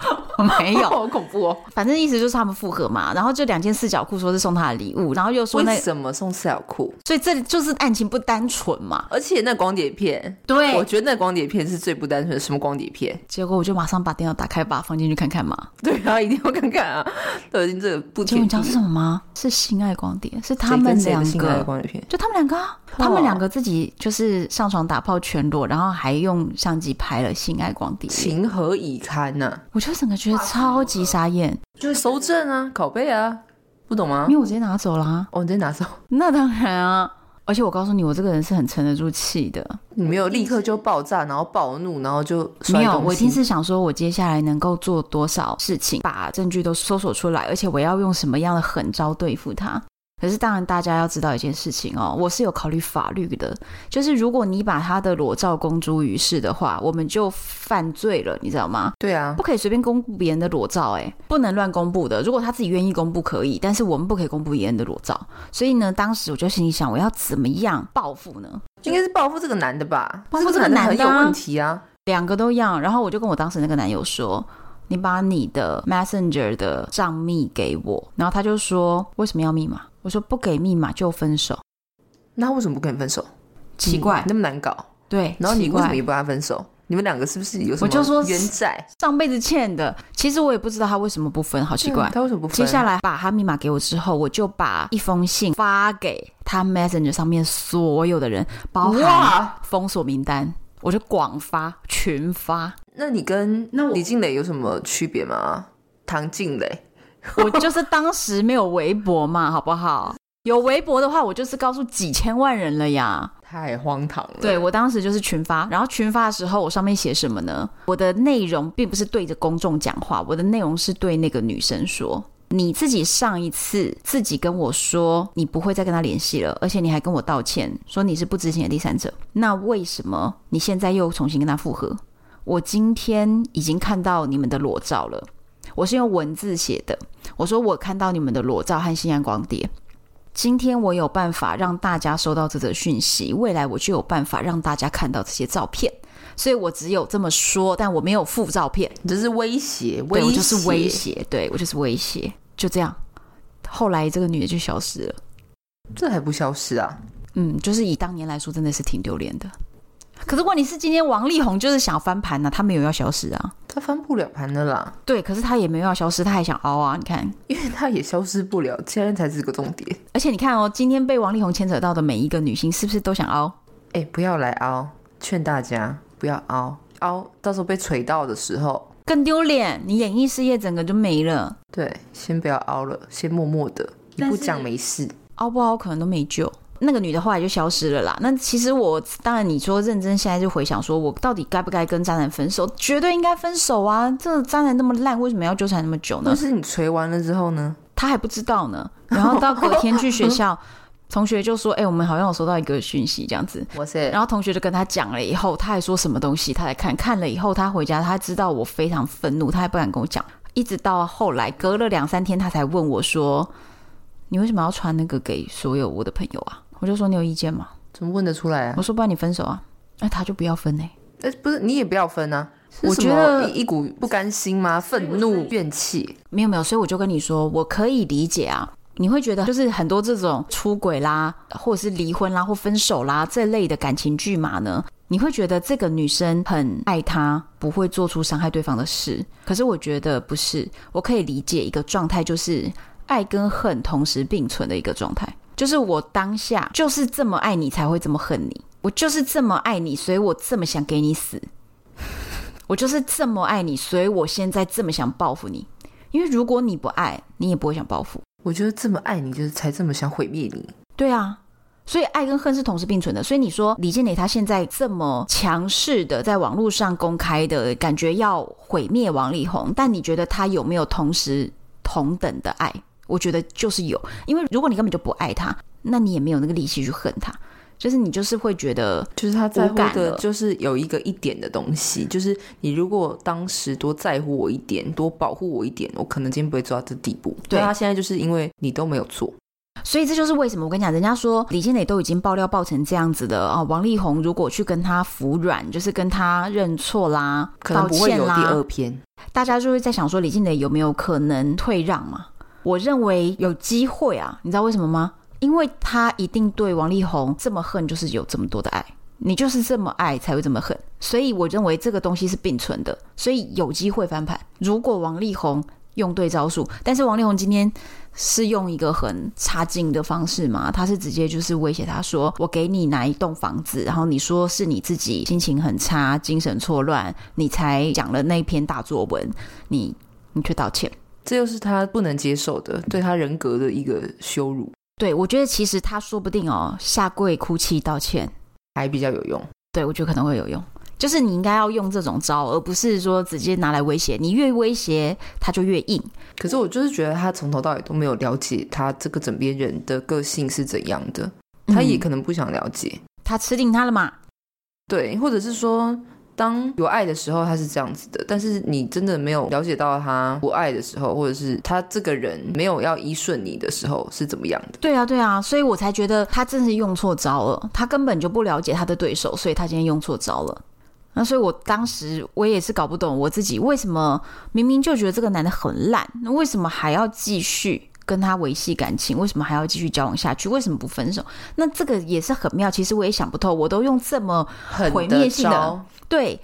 Speaker 1: 没有，
Speaker 2: 好恐怖哦！
Speaker 1: 反正意思就是他们复合嘛，然后就两件四角裤说是送他的礼物，然后又说那
Speaker 2: 为，什么送四角裤？
Speaker 1: 所以这就是案情不单纯嘛。
Speaker 2: 而且那光碟片，
Speaker 1: 对
Speaker 2: 我觉得那光碟片是最不单纯的。什么光碟 <laughs> 片？
Speaker 1: 结果我就马上把电脑打开，把它放进去看看嘛。
Speaker 2: 对啊，一定要看看啊！都已经这个不
Speaker 1: 结果
Speaker 2: 甜
Speaker 1: 你知道
Speaker 2: 蜜
Speaker 1: 是什么吗？是性爱光碟，是他
Speaker 2: 嗯谁
Speaker 1: 们
Speaker 2: 跟谁的
Speaker 1: 两
Speaker 2: 性爱
Speaker 1: 个
Speaker 2: 的光碟哦片？
Speaker 1: 就他们两个、啊，他们两个自己就是上床打炮全裸，然后还用相机拍了性爱光碟，
Speaker 2: 情何以堪呐、
Speaker 1: 我就整个觉得超级傻眼，
Speaker 2: 就是收证啊，拷贝啊，不懂吗
Speaker 1: 因？为我直接拿走了、啊。
Speaker 2: 哦，你在拿手，
Speaker 1: 那当然啊，而且我告诉你，我这个人是很沉得住气的，
Speaker 2: 你没有立刻就爆炸，然后暴怒，然后就摔
Speaker 1: 没有，
Speaker 2: 东西
Speaker 1: 我一定是想说，我接下来能够做多少事情，把证据都搜索出来，而且我要用什么样的狠招对付他。可是，当然，大家要知道一件事情哦，我是有考虑法律的，就是如果你把他的裸照公诸于世的话，我们就犯罪了，你知道吗？
Speaker 2: 对啊
Speaker 1: 不，可以随便公布别人的裸照、哎，不能乱公布的。如果他自己愿意公布可以，但是我们不可以公布别人的裸照。所以呢，当时我就心里想，我要怎么样报复呢？
Speaker 2: 应该是报复这个男的吧？
Speaker 1: 报复这个
Speaker 2: 男
Speaker 1: 男
Speaker 2: 很
Speaker 1: 的
Speaker 2: 有
Speaker 1: 啊
Speaker 2: 问题啊！
Speaker 1: 两个都要。然后我就跟我当时那个男友说：“你把你的 Messenger 的账密给我。”然后他就说：“为什么要密码？”我说：“不给密码就分手。
Speaker 2: 那为什么不跟你分手？”
Speaker 1: 奇怪
Speaker 2: 你，嗯那么难搞，
Speaker 1: 对，
Speaker 2: 然后你
Speaker 1: 奇
Speaker 2: 为
Speaker 1: 怪
Speaker 2: 什么也不跟他分手？你们两个是不是有什么
Speaker 1: 我就说啊
Speaker 2: 冤债？
Speaker 1: 上辈子欠的？其实我也不知道他为什么不分，好奇怪
Speaker 2: 嗯。他为什么不分？
Speaker 1: 接下来把他密码给我之后，我就把一封信发给他 Messenger 上面所有的人，包含
Speaker 2: 哇，
Speaker 1: 封锁名单，我就广发群发。
Speaker 2: 那你跟
Speaker 1: 那我
Speaker 2: 李静蕾有什么区别吗？唐静蕾，
Speaker 1: 我就是当时没有微博嘛，好不好？有微博的话，我就是告诉几千万人了呀。
Speaker 2: 太荒唐了。
Speaker 1: 对我当时就是群发，然后群发的时候，我上面写什么呢？我的内容并不是对着公众讲话，我的内容是对那个女生说。你自己上一次自己跟我说你不会再跟他联系了，而且你还跟我道歉，说你是不知情的第三者。那为什么你现在又重新跟他复合？我今天已经看到你们的裸照了，我是用文字写的。我说我看到你们的裸照和新安光碟，今天我有办法让大家收到这则讯息，未来我就有办法让大家看到这些照片。所以我只有这么说，但我没有附照片，
Speaker 2: 你这是威胁，
Speaker 1: 对
Speaker 2: 威
Speaker 1: 我
Speaker 2: 胁
Speaker 1: 就是威。胁，对我就是威胁，就这样。后来这个女的就消失了，
Speaker 2: 这还不消失啊？
Speaker 1: 嗯，就是以当年来说，真的是挺丢脸的。可是问题是，今天王力宏就是想翻盘呐、他没有要消失啊，
Speaker 2: 他翻不了盘的啦，
Speaker 1: 对，可是他也没有要消失，他还想凹啊，你看。
Speaker 2: 因为他也消失不了，现在才是个重点。
Speaker 1: 而且你看哦，今天被王力宏牵扯到的每一个女星，是不是都想凹？
Speaker 2: 哎，不要来凹，劝大家不要凹，凹到时候被锤到的时候，
Speaker 1: 更丢脸，你演艺事业整个就没了，
Speaker 2: 对，先不要凹了，先默默的，你不讲没事。
Speaker 1: 凹不凹可能都没救。那个女的后来就消失了啦。那其实我当然，你说认真，现在就回想说，我到底该不该跟渣男分手？绝对应该分手啊！这个渣男那么烂，为什么要纠缠那么久呢
Speaker 2: 但？是啊你锤完了之后呢？
Speaker 1: 他还不知道呢。然后到隔天去学校， <laughs> 同学就说：“哎、我们好像有收到一个讯息，这样子。”
Speaker 2: 哇塞，
Speaker 1: 然后同学就跟他讲了以后，他还说什么东西，他来看看了以后，他回家他知道我非常愤怒，他还不敢跟我讲，一直到后来隔了两三天，他才问我说：“你为什么要传那个给所有我的朋友啊？”我就说：“你有意见吗
Speaker 2: 怎么问得出来？”啊
Speaker 1: 我？说：“不然你分手啊。那他就不要分哎、
Speaker 2: 哎，不是，你也不要分啊。是
Speaker 1: 我
Speaker 2: 什
Speaker 1: 觉
Speaker 2: 么
Speaker 1: 得
Speaker 2: 一一股不甘心吗？愤怒、怨气，
Speaker 1: 没有没有，所以我就跟你说，我可以理解啊。你会觉得就是很多这种出轨啦，或者是离婚啦，或分手啦这类的感情剧码呢，你会觉得这个女生很爱他，不会做出伤害对方的事。可是我觉得不是，我可以理解一个状态，就是爱跟恨同时并存的一个状态。就是我当下就是这么爱你，才会这么恨你。我就是这么爱你，所以我这么想给你死。 <laughs> 我就是这么爱你，所以我现在这么想报复你。因为如果你不爱，你也不会想报复。
Speaker 2: 我觉得这么爱你，就是才这么想毁灭你。
Speaker 1: 对啊，所以爱跟恨是同时并存的。所以你说李建磊他现在这么强势的在网络上公开的感觉要毁灭王力宏，但你觉得他有没有同时同等的爱？我觉得就是有，因为如果你根本就不爱他，那你也没有那个力气去恨他，就是你就是会觉得
Speaker 2: 就是他在乎
Speaker 1: 无感
Speaker 2: 的
Speaker 1: 了，
Speaker 2: 就是有一个一点的东西，就是你如果当时多在乎我一点，多保护我一点，我可能今天不会做到这地步。
Speaker 1: 对
Speaker 2: 但他现在就是因为你都没有做，
Speaker 1: 所以这就是为什么我跟你讲，人家说李建磊都已经爆料爆成这样子的哦，王力宏如果去跟他服软，就是跟他认错啦、
Speaker 2: 可能
Speaker 1: 道
Speaker 2: 不会
Speaker 1: 歉
Speaker 2: 有第二
Speaker 1: 啦，
Speaker 2: 篇。
Speaker 1: 大家就会在想说李建磊有没有可能退让嘛？我认为有机会啊，你知道为什么吗？因为他一定对王力宏这么恨，就是有这么多的爱，你就是这么爱才会这么恨，所以我认为这个东西是并存的，所以有机会翻盘。如果王力宏用对招数，但是王力宏今天是用一个很差劲的方式嘛，他是直接就是威胁他说：“我给你哪一栋房子，然后你说是你自己心情很差、精神错乱，你才讲了那篇大作文，你你却道歉。”
Speaker 2: 这又是他不能接受的，对他人格的一个羞辱，
Speaker 1: 对，我觉得其实他说不定哦，下跪哭泣道歉，
Speaker 2: 还比较有用。
Speaker 1: 对我觉得可能会有用。就是你应该要用这种招，而不是说直接拿来威胁。你越威胁，他就越硬。
Speaker 2: 可是我就是觉得他从头到尾都没有了解他这个枕边人的个性是怎样的，他也
Speaker 1: 嗯
Speaker 2: 可能不想了解。
Speaker 1: 他吃定他了嘛？
Speaker 2: 对，或者是说，当有爱的时候，他是这样子的，但是你真的没有了解到他不爱的时候，或者是他这个人没有要依顺你的时候是怎么样的。
Speaker 1: 对啊，对啊，所以我才觉得他真是用错招了，他根本就不了解他的对手，所以他今天用错招了。那所以，我当时我也是搞不懂我自己为什么明明就觉得这个男的很烂，那为什么还要继续跟他维系感情？为什么还要继续交往下去？为什么不分手？那这个也是很妙，其实我也想不透，我都用这么
Speaker 2: 很
Speaker 1: 毁灭性的
Speaker 2: 招，
Speaker 1: 对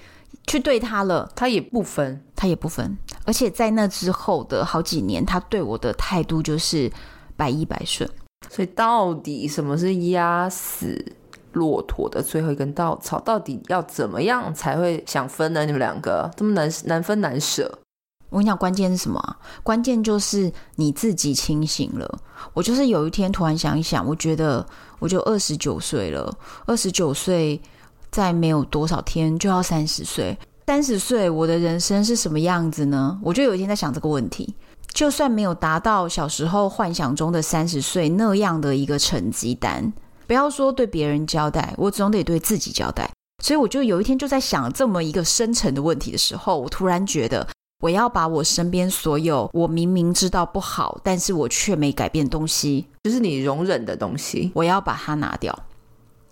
Speaker 1: 去对他了，
Speaker 2: 他也不分，
Speaker 1: 他也不分，而且在那之后的好几年，他对我的态度就是百依百顺。
Speaker 2: 所以到底什么是压死骆驼的最后一根稻草？到底要怎么样才会想分呢？你们两个这么难难分难舍，
Speaker 1: 我跟你讲，关键是什么啊、关键就是你自己清醒了。我就是有一天突然想一想，我觉得我就二十九岁了，二十九岁再没有多少天就要三十岁，三十岁我的人生是什么样子呢？我就有一天在想这个问题。就算没有达到小时候幻想中的三十岁那样的一个成绩单，不要说对别人交代，我总得对自己交代。所以我就有一天就在想这么一个深层的问题的时候，我突然觉得我要把我身边所有我明明知道不好，但是我却没改变东西，
Speaker 2: 就是你容忍的东西。
Speaker 1: 我要把它拿掉。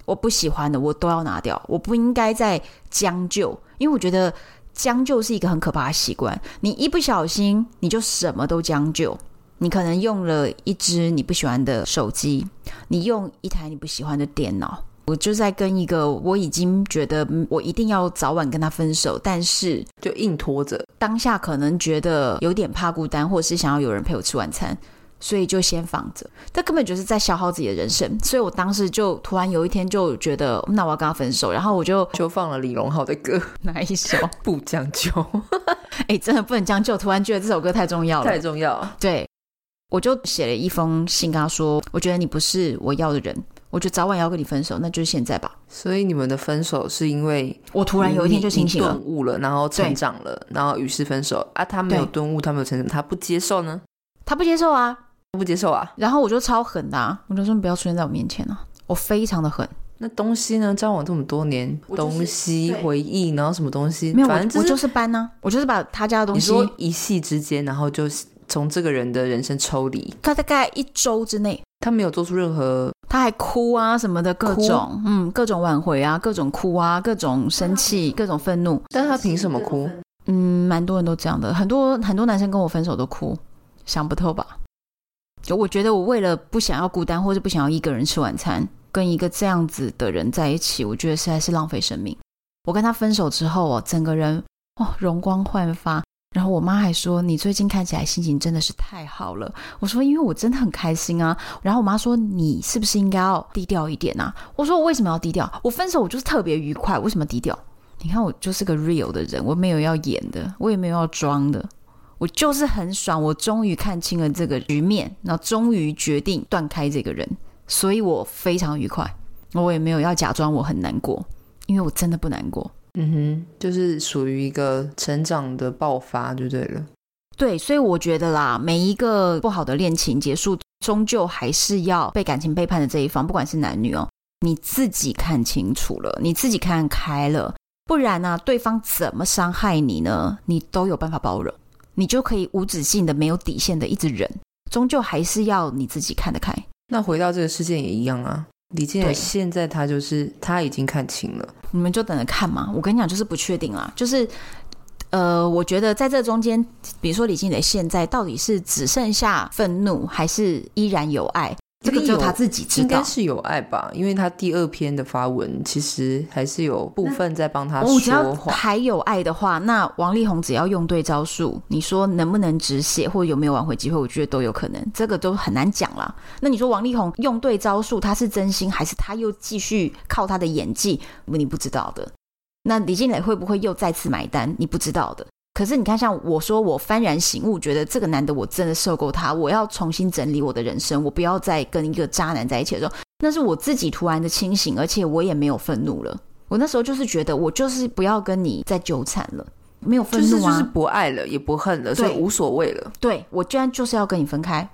Speaker 1: 我不喜欢的，我都要拿掉。我不应该再将就，因为我觉得将就是一个很可怕的习惯。你一不小心，你就什么都将就。你可能用了一只你不喜欢的手机，你用一台你不喜欢的电脑。我就在跟一个我已经觉得嗯我一定要早晚跟他分手，但是
Speaker 2: 就硬拖着，
Speaker 1: 当下可能觉得有点怕孤单，或是想要有人陪我吃晚餐，所以就先放着。这根本就是在消耗自己的人生。所以我当时就突然有一天就觉得，那我要跟他分手，然后我就
Speaker 2: 就放了李荣浩的歌，
Speaker 1: 哪一首？
Speaker 2: 不将就，
Speaker 1: 哎、真的不能将就。突然觉得这首歌太重要了
Speaker 2: 太，重要了。
Speaker 1: 对，我就写了一封信跟他说，我觉得你不是我要的人，我觉得早晚要跟你分手，那就是现在吧。
Speaker 2: 所以你们的分手是因为
Speaker 1: 我突然有一天就清醒
Speaker 2: 你
Speaker 1: 了
Speaker 2: 顿。悟了，然后成长了，然后于是分手啊。他没有
Speaker 1: 对
Speaker 2: 顿悟，他没有成长，他不接受呢？
Speaker 1: 他不接受啊，
Speaker 2: 他不接受啊？
Speaker 1: 然后我就超狠的、啊，我就说你不要出现在我面前啊，我非常的狠。
Speaker 2: 那东西呢？交往这么多年，
Speaker 1: 我就是
Speaker 2: 东西
Speaker 1: 对
Speaker 2: 回忆，然后什么东西，
Speaker 1: 没有，我
Speaker 2: 反正
Speaker 1: 我就是是搬啊呢、我就是把他家的东
Speaker 2: 你
Speaker 1: 西
Speaker 2: 说一夕之间，然后就从这个人的人生抽离，
Speaker 1: 他大概一周之内，
Speaker 2: 他没有做出任何
Speaker 1: 他还哭啊什么的，各
Speaker 2: 哭
Speaker 1: 种嗯，各种挽回啊，各种哭啊，各种生气，各种愤怒，
Speaker 2: 但是他凭什么哭？
Speaker 1: 嗯，蛮多人都这样的，很多很多男生跟我分手都哭，想不透吧？就我觉得我为了不想要孤单，或是不想要一个人吃晚餐，跟一个这样子的人在一起，我觉得实在是浪费生命。我跟他分手之后哦，整个人哦容光焕发。然后我妈还说：“你最近看起来心情真的是太好了。”我说：“因为我真的很开心啊。”然后我妈说：“你是不是应该要低调一点啊？”我说：“我为什么要低调？我分手我就是特别愉快，为什么低调？”你看我就是个 real 的人，我没有要演的，我也没有要装的，我就是很爽，我终于看清了这个局面，然后终于决定断开这个人，所以我非常愉快，我也没有要假装我很难过，因为我真的不难过。
Speaker 2: 嗯哼，就是属于一个成长的爆发就对了。
Speaker 1: 对，所以我觉得啦，每一个不好的恋情结束，终究还是要被感情背叛的这一方，不管是男女哦，你自己看清楚了，你自己看开了，不然呢、对方怎么伤害你呢，你都有办法包容，你就可以无止境的、没有底线的一直忍，终究还是要你自己看得开。
Speaker 2: 那回到这个事件也一样啊。李健
Speaker 1: 对
Speaker 2: 现在他就是他已经看清了，
Speaker 1: 你们就等着看嘛。我跟你讲，就是不确定啦，就是。呃，我觉得在这中间，比如说李静蕾现在到底是只剩下愤怒，还是依然有爱，这个
Speaker 2: 应该
Speaker 1: 只有
Speaker 2: 有
Speaker 1: 他自己知
Speaker 2: 应该
Speaker 1: 道。
Speaker 2: 是有爱吧，因为他第二篇的发文其实还是有部分在帮他
Speaker 1: 哦我只
Speaker 2: 说
Speaker 1: 要
Speaker 2: 话。
Speaker 1: 还有爱的话，那王力宏只要用对招数，你说能不能止血，或者有没有挽回机会，我觉得都有可能，这个都很难讲啦。那你说王力宏用对招数，他是真心，还是他又继续靠他的演技？你不知道的。那李静蕾会不会又再次买单？你不知道的。可是你看，像我说，我幡然醒悟，觉得这个男的我真的受够他，我要重新整理我的人生，我不要再跟一个渣男在一起的时候，那是我自己突然的清醒，而且我也没有愤怒了。我那时候就是觉得，我就是不要跟你再纠缠了，没有
Speaker 2: 就
Speaker 1: 愤
Speaker 2: 是
Speaker 1: 怒啊，
Speaker 2: 就是不爱了，也不恨了，所以
Speaker 1: 对
Speaker 2: 无所谓了。
Speaker 1: 对我居然就是要跟你分开，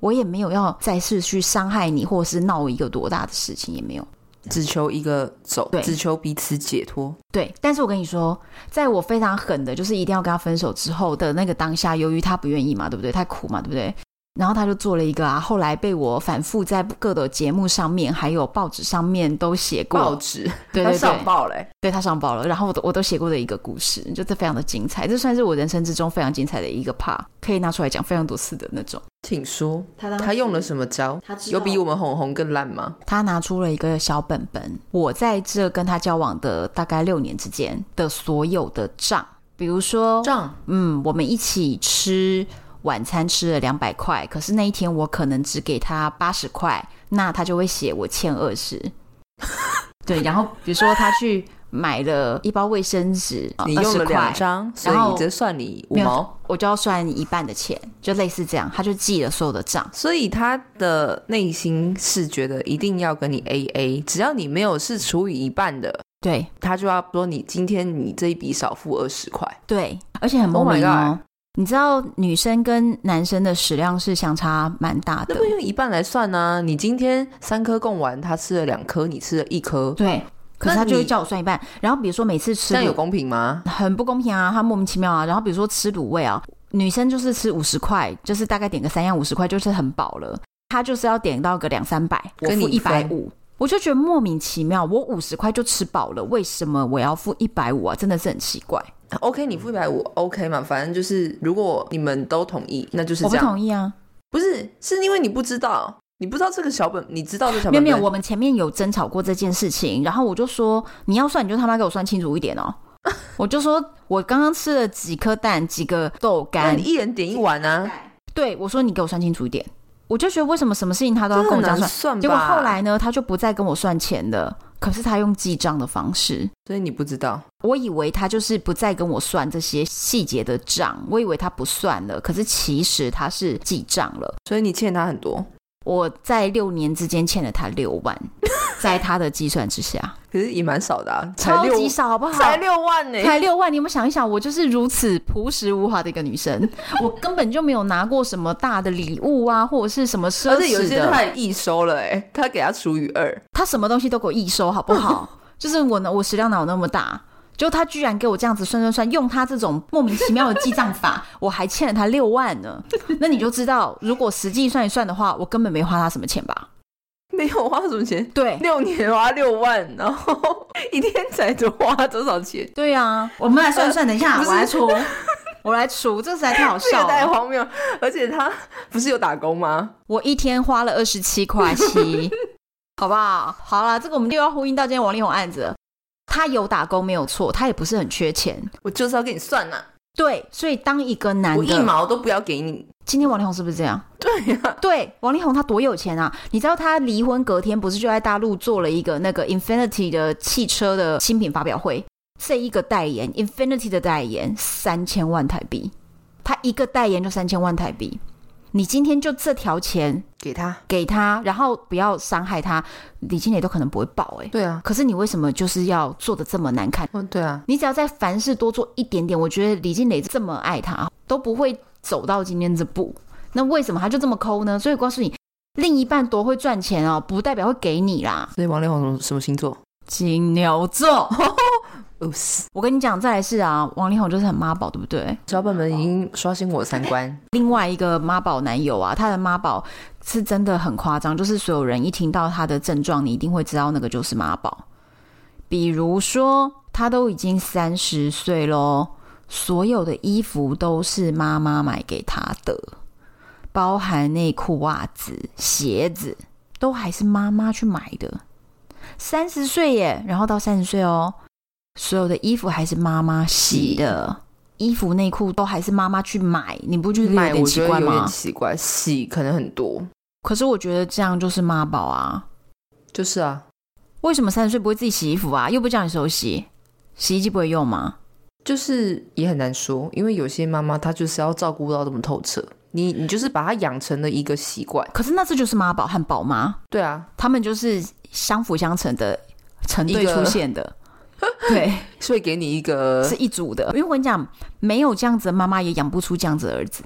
Speaker 1: 我也没有要再次去伤害你，或者是闹一个多大的事情也没有。
Speaker 2: 只求一个走
Speaker 1: 对，
Speaker 2: 只求彼此解脱。
Speaker 1: 对，但是我跟你说，在我非常狠的，就是一定要跟他分手之后的那个当下，由于他不愿意嘛，对不对？太苦嘛，对不对？然后他就做了一个啊，后来被我反复在各的节目上面，还有报纸上面都写
Speaker 2: 报
Speaker 1: 过，
Speaker 2: <laughs> 纸，
Speaker 1: 对
Speaker 2: 他
Speaker 1: 对对
Speaker 2: 上，报嘞、
Speaker 1: 对他上报了。欸然后我都我都写过的一个故事，就这非常的精彩，这算是我人生之中非常精彩的一个 part，可以拿出来讲非常多次的那种。
Speaker 2: 请说，
Speaker 1: 他当
Speaker 2: 他用了什么招？
Speaker 1: 他知
Speaker 2: 有比我们红红更烂吗？
Speaker 1: 他拿出了一个小本本，我在这跟他交往的大概六年之间的所有的账，比如说
Speaker 2: 账
Speaker 1: 嗯，我们一起吃晚餐吃了两百块，可是那一天我可能只给他八十块，那他就会写我欠二十。 <laughs> 对，然后比如说他去买了一包卫生纸，啊
Speaker 2: 你用
Speaker 1: 20
Speaker 2: 了
Speaker 1: 块
Speaker 2: 两张，所以
Speaker 1: 然后
Speaker 2: 这算你五
Speaker 1: 没有
Speaker 2: 毛。
Speaker 1: 我就要算一半的钱，就类似这样，他就记了所有的账。
Speaker 2: 所以他的内心是觉得一定要跟你 A A，只要你没有是除以一半的，
Speaker 1: 对
Speaker 2: 他就要说你今天你这一笔少付二十块。
Speaker 1: 对，而且很莫
Speaker 2: Oh my
Speaker 1: 名
Speaker 2: God
Speaker 1: 哦。你知道女生跟男生的食量是相差蛮大的
Speaker 2: 那不，用一半来算呢、你今天三颗贡丸，他吃了两颗，你吃了一颗，
Speaker 1: 对。可是
Speaker 2: 那
Speaker 1: 他就会
Speaker 2: 你
Speaker 1: 叫我算一半，然后比如说每次吃
Speaker 2: 这样
Speaker 1: 卤
Speaker 2: 有公平吗？
Speaker 1: 很不公平啊，他莫名其妙啊。然后比如说吃卤味啊，女生就是吃五十块，就是大概点个三样五十块，就是很饱了。他就是要点到个两三百，我
Speaker 2: 跟
Speaker 1: 付
Speaker 2: 你
Speaker 1: 一百
Speaker 2: 分
Speaker 1: 五，我就觉得莫名其妙，我五十块就吃饱了，为什么我要付一百五啊？真的是很奇怪，
Speaker 2: OK，你付一百五 OK 嘛？反正就是，如果你们都同意，那就是
Speaker 1: 我
Speaker 2: 这
Speaker 1: 不
Speaker 2: 样。
Speaker 1: 同意啊。
Speaker 2: 不是，是因为你不知道，你不知道这个小本，你知道这小
Speaker 1: 没有
Speaker 2: 本
Speaker 1: 没有，
Speaker 2: 本
Speaker 1: 我们前面有争吵过这件事情，然后我就说你要算你就他妈给我算清楚一点哦。我就说我刚刚吃了几颗蛋，几个豆
Speaker 2: 那
Speaker 1: 干
Speaker 2: 你，一人点一碗啊，
Speaker 1: 对我说你给我算清楚一点。我就觉得为什么什么事情他都
Speaker 2: 这
Speaker 1: 要跟我
Speaker 2: 很
Speaker 1: 这样
Speaker 2: 难
Speaker 1: 算，
Speaker 2: 算吧？
Speaker 1: 结果后，来呢，他就不再跟我算钱了，可是他用记账的方式。
Speaker 2: 所以你不知道，
Speaker 1: 我以为他就是不再跟我算这些细节的账，我以为他不算了，可是其实他是记账了。
Speaker 2: 所以你欠他很多。
Speaker 1: 我在六年之间欠了他六
Speaker 2: <laughs>
Speaker 1: 万，在他的计算之下，
Speaker 2: 可是也蛮少的、啊，才
Speaker 1: 超
Speaker 2: 六
Speaker 1: 级少，好啊不好？
Speaker 2: 才六万呢、
Speaker 1: 才六万，你有没有想一想，我就是如此朴实无华的一个女生，我根本就没有拿过什么大的礼物啊，或者是什么奢侈的。
Speaker 2: 而且有些他也一收了、哎，他给他除以二，
Speaker 1: 他什么东西都给我一收，好不 <laughs> 好？就是我呢，我食量哪有那么大？就他居然给我这样子算算算，用他这种莫名其妙的记账法， <laughs> 我还欠了他六万呢。那你就知道，如果实际算一算的话，我根本没花他什么钱吧？
Speaker 2: 没有花什么钱，
Speaker 1: 对，
Speaker 2: 六年花六万，然后 <laughs> 一天才多花多少钱？
Speaker 1: 对啊，呃我们来算算，等一下
Speaker 2: 不是
Speaker 1: 我来除， <laughs> 我来除， <laughs> 这实在太好
Speaker 2: 这
Speaker 1: 笑
Speaker 2: 个太
Speaker 1: 了。
Speaker 2: 荒谬了，啊而且他不是有打工吗？
Speaker 1: 我一天花了二十七块 <laughs> 七，好不好？好啦，这个我们就要呼应到今天王力宏案子了，他有打工没有错，他也不是很缺钱。
Speaker 2: 我就是要跟你算呐、
Speaker 1: 对，所以当一个男
Speaker 2: 我一
Speaker 1: 的，
Speaker 2: 毛都不要给你。
Speaker 1: 今天王力宏是不是这样？
Speaker 2: 对啊呀、
Speaker 1: 对，王力宏他多有钱啊！你知道他离婚隔天不是就在大陆做了一个那个 Infinity 的汽车的新品发表会？这一个代言 Infinity 的代言三千万台币，他一个代言就三千万台币。你今天就这条钱
Speaker 2: 给他。
Speaker 1: 给他，然后不要伤害他，李经理都可能不会报哎、
Speaker 2: 对啊，
Speaker 1: 可是你为什么就是要做的这么难看？
Speaker 2: 嗯，对啊，
Speaker 1: 你只要在凡事多做一点点，我觉得李静蕾这么爱他，都不会走到今天这步。那为什么他就这么抠呢？所以告诉你，另一半多会赚钱哦，不代表会给你啦。
Speaker 2: 所以王力宏什么什么星座？
Speaker 1: 金牛座，
Speaker 2: 哦死！
Speaker 1: 我跟你讲，再来是啊，王力宏就是很妈宝，对不对？
Speaker 2: 小本本已经刷新我的三观，
Speaker 1: 另外一个妈宝男友啊，他的妈宝是真的很夸张，就是所有人一听到他的症状，你一定会知道那个就是妈宝。比如说，他都已经三十岁喽，所有的衣服都是妈妈买给他的，包含内裤、袜子、鞋子，都还是妈妈去买的。三十岁耶，然后到三十岁哦，所有的衣服还是妈妈洗的，衣服内裤都还是妈妈去买，你不觉得有
Speaker 2: 买
Speaker 1: 点
Speaker 2: 我
Speaker 1: 奇
Speaker 2: 觉得
Speaker 1: 怪
Speaker 2: 有点
Speaker 1: 吗？
Speaker 2: 奇怪，洗可能很多，
Speaker 1: 可是我觉得这样就是妈宝啊！
Speaker 2: 就是啊，
Speaker 1: 为什么三十岁不会自己洗衣服啊？又不叫你手洗，洗衣机不会用吗？
Speaker 2: 就是也很难说，因为有些妈妈她就是要照顾到这么透彻，你你就是把她养成了一个习惯，
Speaker 1: 可是那这就是妈宝和宝妈，
Speaker 2: 对啊，
Speaker 1: 他们就是相辅相成的成对
Speaker 2: 一个
Speaker 1: 出现的， <laughs> 对，
Speaker 2: <laughs> 所以给你一个
Speaker 1: 是，一组的。因为我跟你讲，没有这样子的妈妈也养不出这样子的儿子。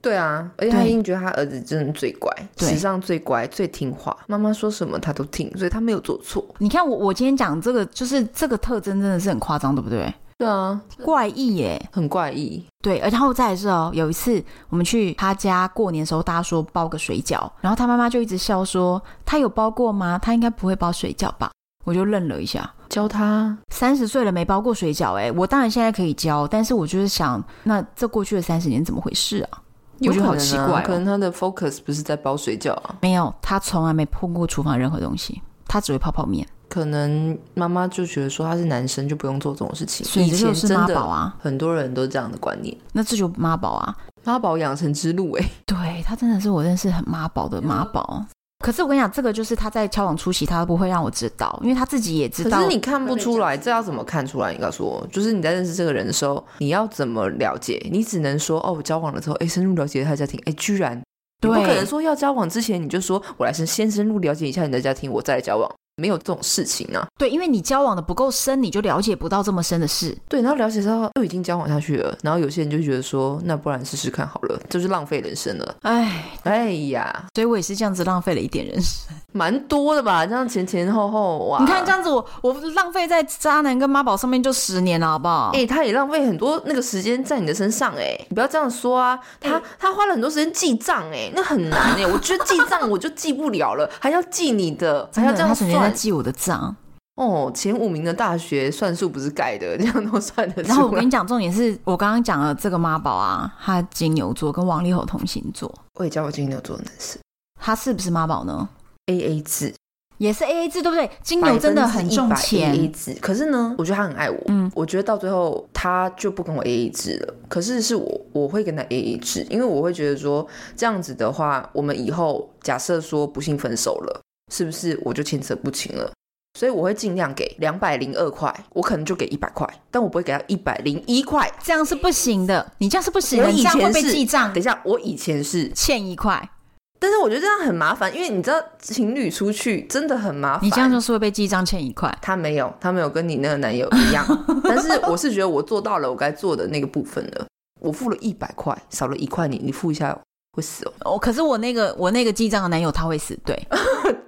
Speaker 2: 对啊，而且她
Speaker 1: 对
Speaker 2: 一定觉得她儿子真的最乖，
Speaker 1: 对
Speaker 2: 史上最乖，最听话，妈妈说什么她都听，所以她没有做错，
Speaker 1: 你看我，我今天讲这个，就是这个特征真的是很夸张，对不对？
Speaker 2: 对啊，
Speaker 1: 怪异耶，
Speaker 2: 很怪异，
Speaker 1: 对。而然后再来是哦，有一次我们去他家过年的时候，大家说包个水饺，然后他妈妈就一直笑说，他有包过吗？他应该不会包水饺吧？我就愣了一下，
Speaker 2: 教她
Speaker 1: 三十岁了没包过水饺、哎，我当然现在可以教，但是我就是想，那这过去的三十年怎么回事啊？我觉得好
Speaker 2: 有可能啊
Speaker 1: 奇怪哦
Speaker 2: 可能她的 focus 不是在包水饺啊，
Speaker 1: 没有，他从来没碰过厨房任何东西，他只会泡泡面，
Speaker 2: 可能妈妈就觉得说他是男生就不用做这种事情，
Speaker 1: 所以
Speaker 2: 以
Speaker 1: 这就
Speaker 2: 前
Speaker 1: 是
Speaker 2: 真
Speaker 1: 妈宝
Speaker 2: 的
Speaker 1: 啊，
Speaker 2: 很多人都这样的观念，
Speaker 1: 那这就妈宝啊。
Speaker 2: 妈宝养成之
Speaker 1: 欸
Speaker 2: <laughs> 路哎、
Speaker 1: 对他真的是我认识很妈宝的妈宝。可是我跟你讲，这个就是他在交往初期，他都不会让我知道，因为他自己也知
Speaker 2: 可
Speaker 1: 道
Speaker 2: 是。你看不出来，这要怎么看出来？你告诉我，就是你在认识这个人的时候，你要怎么了解？你只能说哦，我交往了之后，哎，深入了解他的家庭，哎，居然你
Speaker 1: 对
Speaker 2: 不可能说要交往之前你就说我来先先深入了解一下你的家庭，我再来交往，没有这种事情啊。
Speaker 1: 对，因为你交往的不够深，你就了解不到这么深的事。
Speaker 2: 对，然后了解到都已经交往下去了，然后有些人就觉得说，那不然试试看好了，这就是浪费人生了。
Speaker 1: 哎，
Speaker 2: 哎呀，
Speaker 1: 所以我也是这样子浪费了一点人生。
Speaker 2: 蛮多的吧？这样前前后后哇，
Speaker 1: <laughs> 你看这样子我，我浪费在渣男跟妈宝上面就十年了，好不好？
Speaker 2: 哎、他也浪费很多那个时间在你的身上哎、你不要这样说啊，
Speaker 1: 哎
Speaker 2: 他、他花了很多时间记账哎、那很难哎、我觉得记账我就记不了了，还要记你的，还
Speaker 1: 真
Speaker 2: 要
Speaker 1: 的，
Speaker 2: 这
Speaker 1: 他
Speaker 2: 样
Speaker 1: 整天在
Speaker 2: 算
Speaker 1: 记我的 <laughs> 账。
Speaker 2: 哦。前五名的大学算术不是盖的，这样都算得出来。
Speaker 1: 然后我跟你讲，重点是我刚刚讲了这个妈宝啊，他金牛座跟王力宏同星座，
Speaker 2: 我也教过金牛座的男生
Speaker 1: 他是不是妈宝呢？
Speaker 2: A A 制，
Speaker 1: 也是 A A 制，对不对？金牛真的很重
Speaker 2: A A
Speaker 1: 钱，
Speaker 2: 制。可是呢，我觉得他很爱我，
Speaker 1: 嗯
Speaker 2: 我觉得到最后他就不跟我 A A 制了。可是是我我会跟他 A A 制，因为我会觉得说这样子的话，我们以后假设说不幸分手了，是不是我就牵扯不清了？所以我会尽量给两百零二块，我可能就给一百块，但我不会给他一百零一块。
Speaker 1: 这样是不行的，你这样是不行的，
Speaker 2: 我
Speaker 1: 你
Speaker 2: 以
Speaker 1: 这样会
Speaker 2: 前
Speaker 1: 被
Speaker 2: 是
Speaker 1: 记账
Speaker 2: 等，一下，我以前是，
Speaker 1: 欠一块，
Speaker 2: 但是我觉得这样很麻烦，因为你知道情侣出去真的很麻烦。
Speaker 1: 你这样就是会被记账欠一块。
Speaker 2: 他没有，他没有跟你那个男友一样，
Speaker 1: <laughs>
Speaker 2: 但是我是觉得我做到了我该做的那个部分了。我付了一百块，少了一块你，你付一下会死哦。
Speaker 1: 哦，可是我那个我那个记账的男友他会死， <laughs> 对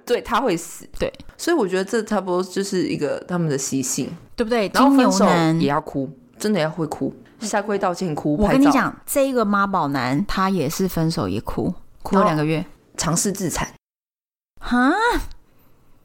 Speaker 2: 对他会死，
Speaker 1: 对，
Speaker 2: 所以我觉得这差不多就是一个他们的习性。
Speaker 1: 对不对？
Speaker 2: 然
Speaker 1: 金
Speaker 2: 后
Speaker 1: 牛
Speaker 2: 分手
Speaker 1: 男
Speaker 2: 也，要哭，真的要会哭，下跪道歉哭，
Speaker 1: 我
Speaker 2: 拍
Speaker 1: 跟你
Speaker 2: 照，
Speaker 1: 讲，这一个妈宝男他也是分手也哭，哭了
Speaker 2: 然后
Speaker 1: 两个月，
Speaker 2: 尝试自残。
Speaker 1: 哈，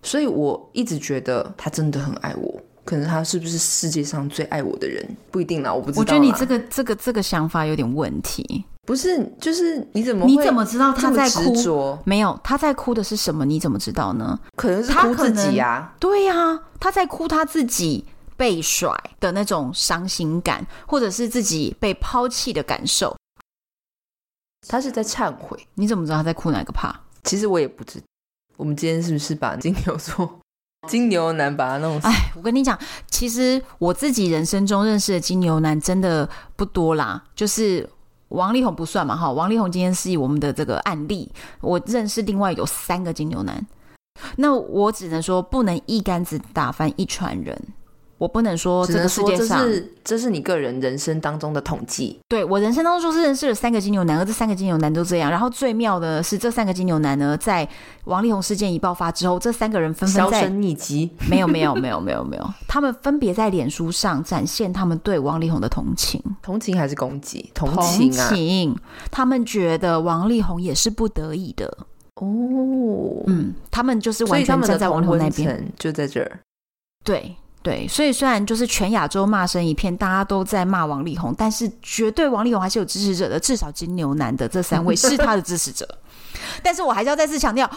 Speaker 2: 所以我一直觉得他真的很爱我，可能他是不是世界上最爱我的人不一定啦，我不知道
Speaker 1: 我
Speaker 2: 啦。
Speaker 1: 觉得你这个这个这个想法有点问题，
Speaker 2: 不是就是你怎么
Speaker 1: 你
Speaker 2: 会
Speaker 1: 怎么知道他
Speaker 2: 这么
Speaker 1: 在哭？
Speaker 2: 执着？
Speaker 1: 没有，他在哭的是什么？你怎么知道呢？
Speaker 2: 可能是
Speaker 1: 他
Speaker 2: 哭
Speaker 1: 可
Speaker 2: 自己啊
Speaker 1: 能
Speaker 2: 呀、
Speaker 1: 对呀、他在哭他自己被甩的那种伤心感，或者是自己被抛弃的感受。
Speaker 2: 他是在忏悔。
Speaker 1: 你怎么知道他在哭哪个怕？
Speaker 2: 其实我也不知道，我们今天是不是把金牛座、金牛男把他弄死？
Speaker 1: 哎，我跟你讲，其实我自己人生中认识的金牛男真的不多啦，就是。王力宏不算嘛，哈，王力宏今天是以我们的这个案例，我认识另外有三个金牛男，那我只能说不能一竿子打翻一船人，我不能说
Speaker 2: 只
Speaker 1: 啊这
Speaker 2: 能
Speaker 1: 个世
Speaker 2: 说
Speaker 1: 界
Speaker 2: 这
Speaker 1: 上，
Speaker 2: 是这是你个人人生当中的统计。
Speaker 1: 对我人生当中就是认识了三个金牛男，而这三个金牛男都这样。然后最妙的是，这三个金牛男呢，在王力宏事件一爆发之后，这三个人纷纷
Speaker 2: 销
Speaker 1: 在
Speaker 2: 声匿迹，
Speaker 1: 没有没有没有没有没有， <laughs> 他们分别在脸书上展现他们对王力宏的同情。
Speaker 2: 同情还是攻击？同
Speaker 1: 同
Speaker 2: 情啊！
Speaker 1: 情，他们觉得王力宏也是不得已的。
Speaker 2: 哦，
Speaker 1: 嗯，他们就是
Speaker 2: 所
Speaker 1: 完
Speaker 2: 以他
Speaker 1: 全
Speaker 2: 们
Speaker 1: 站
Speaker 2: 的
Speaker 1: 在王力
Speaker 2: 同
Speaker 1: 宏那
Speaker 2: 温
Speaker 1: 边。
Speaker 2: 层就在这儿。
Speaker 1: 对对，所以虽然就是全亚洲骂声一片，大家都在骂王力宏，但是绝对王力宏还是有支持者的，至少金牛男的这三位是他的支持者。 <laughs> 但是我还是要再次强调，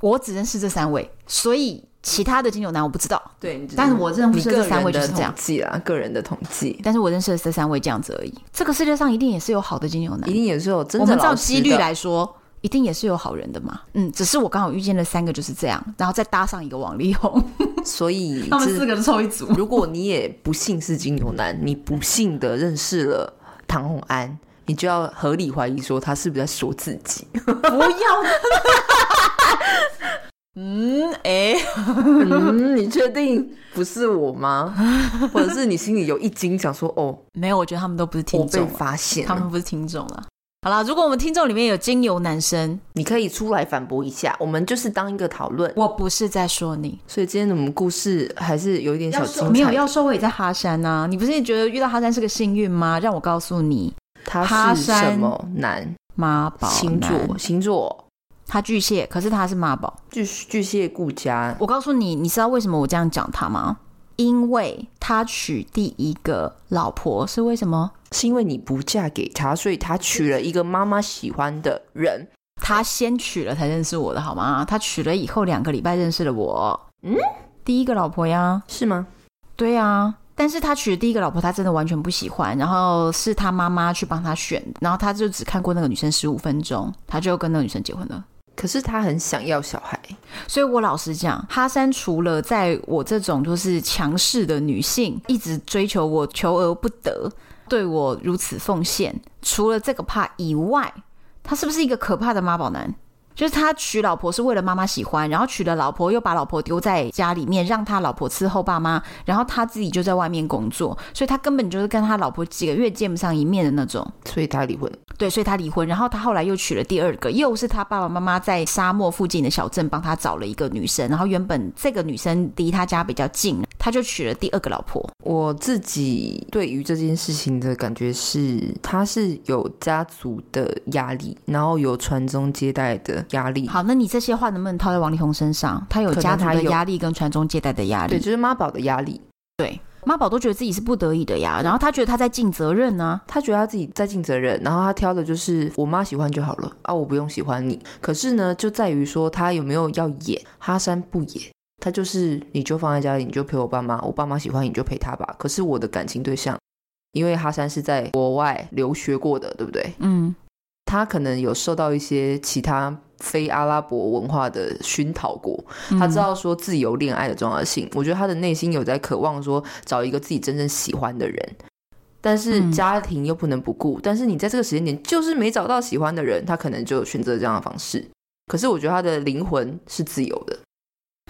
Speaker 1: 我只认识这三位，所以其他的金牛男我不知道。
Speaker 2: 对，你只
Speaker 1: 但是我认
Speaker 2: 你
Speaker 1: 识
Speaker 2: 个
Speaker 1: 这三
Speaker 2: 人
Speaker 1: 位就
Speaker 2: 的
Speaker 1: 是这样
Speaker 2: 统，计啦，个人的统计，
Speaker 1: 但是我认识的这三位这样子而已。这个世界上一定也是有好的金牛男
Speaker 2: 一，定也是有真
Speaker 1: 我
Speaker 2: 的
Speaker 1: 们照
Speaker 2: 老师
Speaker 1: 几率
Speaker 2: 的。
Speaker 1: 来说，一定也是有好人的嘛。嗯，只是我刚好遇见了三个就是这样，然后再搭上一个王力宏，
Speaker 2: 所
Speaker 1: <laughs>
Speaker 2: 以
Speaker 1: 他们
Speaker 2: 这
Speaker 1: 四个凑一组。 <laughs>
Speaker 2: 如果你也不幸是金牛男，你不幸的认识了唐红安，你就要合理怀疑说他是不是在说自
Speaker 1: <laughs>
Speaker 2: 己。
Speaker 1: 不要。嗯，哎、
Speaker 2: 嗯，你确定不是我吗？
Speaker 1: <laughs>
Speaker 2: 或者是你心里有一惊，想说哦，
Speaker 1: 没有，我觉得他们都不是
Speaker 2: 我
Speaker 1: 听
Speaker 2: 被
Speaker 1: 众了，
Speaker 2: 发现
Speaker 1: 他
Speaker 2: 了。
Speaker 1: 们不是听众了。好啦，如果我们听众里面有金牛男生，
Speaker 2: 你可以出来反驳一下，我们就是当一个讨论。
Speaker 1: 我不是在说你，
Speaker 2: 所以今天我们故事还是有一点小精彩。
Speaker 1: 没有要说我也在哈山呐、你不是觉得遇到哈山是个幸运吗？让我告诉你，
Speaker 2: 他
Speaker 1: 爬
Speaker 2: 是
Speaker 1: 山
Speaker 2: 什么男？
Speaker 1: 妈宝
Speaker 2: 星
Speaker 1: 男
Speaker 2: 座，星座
Speaker 1: 他巨蟹，可是他是妈宝。
Speaker 2: 巨巨蟹顾家。
Speaker 1: 我告诉你，你知道为什么我这样讲他吗？因为他娶第一个老婆是为什么？
Speaker 2: 是因为你不嫁给他，所以他娶了一个妈妈喜欢的人。
Speaker 1: 他先娶了才认识我的好吗？他娶了以后两个礼拜认识了我。
Speaker 2: 嗯，
Speaker 1: 第一个老婆呀，
Speaker 2: 是吗？
Speaker 1: 对啊。但是他娶的第一个老婆，他真的完全不喜欢。然后是他妈妈去帮他选，然后他就只看过那个女生十五分钟，他就跟那个女生结婚了。
Speaker 2: 可是他很想要小孩，
Speaker 1: 所以我老实讲，哈山除了在我这种就是强势的女性一直追求我求而不得，对我如此奉献，除了这个怕以外，他是不是一个可怕的妈宝男？就是他娶老婆是为了妈妈喜欢，然后娶了老婆又把老婆丢在家里面，让他老婆伺候爸妈，然后他自己就在外面工作，所以他根本就是跟他老婆几个月见不上一面的那种。
Speaker 2: 所以他离婚了。
Speaker 1: 对，所以他离婚，然后他后来又娶了第二个，又是他爸爸妈妈在沙漠附近的小镇帮他找了一个女生，然后原本这个女生离他家比较近，他就娶了第二个老婆。
Speaker 2: 我自己对于这件事情的感觉是，他是有家族的压力，然后有传宗接代的压力。
Speaker 1: 好，那你这些话能不能套在王力宏身上？他有
Speaker 2: 可能
Speaker 1: 家族
Speaker 2: 他
Speaker 1: 的
Speaker 2: 有
Speaker 1: 压力跟传宗接代的压
Speaker 2: 对，
Speaker 1: 力，
Speaker 2: 就是妈宝的压力。
Speaker 1: 对，妈宝都觉得自己是不得已的呀，然后他觉得他在尽责任啊呢、
Speaker 2: 他觉得他自己在尽责任，然后他挑的就是我妈喜欢就好了啊，我不用喜欢你。可是呢，就在于说他有没有要演，哈山不演，他就是你就放在家里，你就陪我爸妈，我爸妈喜欢你就陪他吧。可是我的感情对象，因为哈山是在国外留学过的，对不对？
Speaker 1: 嗯，
Speaker 2: 他可能有受到一些其他非阿拉伯文化的熏陶过，
Speaker 1: 嗯
Speaker 2: 他知道说自由恋爱的重要性。我觉得他的内心有在渴望说找一个自己真正喜欢的人，但是
Speaker 1: 嗯
Speaker 2: 家庭又不能不顾。但是你在这个时间点就是没找到喜欢的人，他可能就选择这样的方式。可是我觉得他的灵魂是自由的，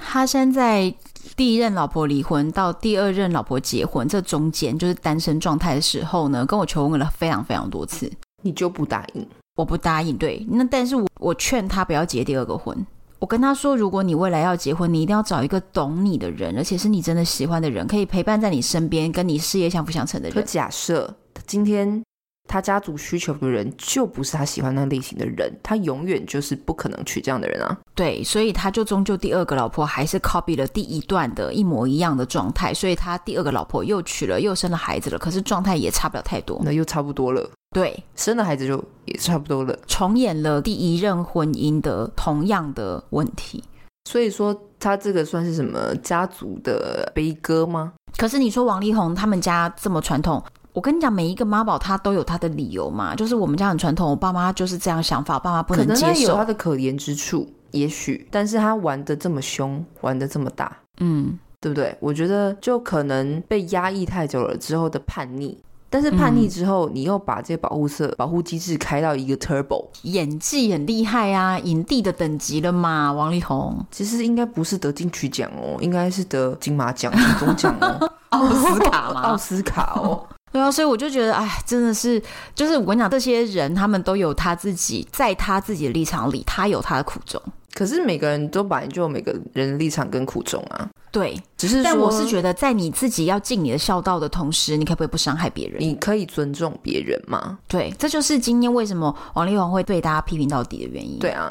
Speaker 1: 哈山在第一任老婆离婚到第二任老婆结婚这中间就是单身状态的时候呢，跟我求婚了非常非常多次。
Speaker 2: 你就不答应。
Speaker 1: 我不答应。对，那但是我我劝他不要结第二个婚。我跟他说，如果你未来要结婚，你一定要找一个懂你的人，而且是你真的喜欢的人，可以陪伴在你身边，跟你事业相辅相成的
Speaker 2: 可
Speaker 1: 人。
Speaker 2: 假设今天他家族需求的人就不是他喜欢那类型的人，他永远就是不可能娶这样的人啊。
Speaker 1: 对，所以他就终究第二个老婆还是 copy 了第一段的一模一样的状态，所以他第二个老婆又娶了，又生了孩子了，可是状态也差不了太多。
Speaker 2: 那又差不多了，
Speaker 1: 对，
Speaker 2: 生了孩子就也差不多了。
Speaker 1: 重演了第一任婚姻的同样的问题。
Speaker 2: 所以说，他这个算是什么家族的悲歌吗？
Speaker 1: 可是你说王力宏他们家这么传统，我跟你讲，每一个妈宝他都有他的理由嘛，就是我们家很传统，我爸妈就是这样想法，我爸妈不
Speaker 2: 可能
Speaker 1: 接
Speaker 2: 他有啊
Speaker 1: 受
Speaker 2: 他。的可怜之处，也许，但是他玩的这么凶，玩的这么大，
Speaker 1: 嗯，
Speaker 2: 对不对？我觉得就可能被压抑太久了之后的叛逆，但是叛
Speaker 1: 嗯
Speaker 2: 逆之后，你又把这些保护色保护机制开到一个 turbo，
Speaker 1: 演技很厉害啊，影帝的等级了嘛，王力宏。
Speaker 2: 其实应该不是得金曲奖哦，应该是得金马奖、金钟奖哦，
Speaker 1: <laughs> 奥斯卡
Speaker 2: <laughs> 奥
Speaker 1: 嘛，
Speaker 2: 斯卡哦。
Speaker 1: 对啊，所以我就觉得，哎，真的是，就是我跟你讲，这些人他们都有他自己，在他自己的立场里，他有他的苦衷。
Speaker 2: 可是每个人都本来就有每个人的立场跟苦衷啊，
Speaker 1: 对，
Speaker 2: 只是
Speaker 1: 但
Speaker 2: 说
Speaker 1: 我是觉得，在你自己要尽你的孝道的同时，你可不可以不伤害别人？
Speaker 2: 你可以尊重别人嘛。
Speaker 1: 对，这就是今天为什么王力宏会被大家批评到底的原因。
Speaker 2: 对，啊，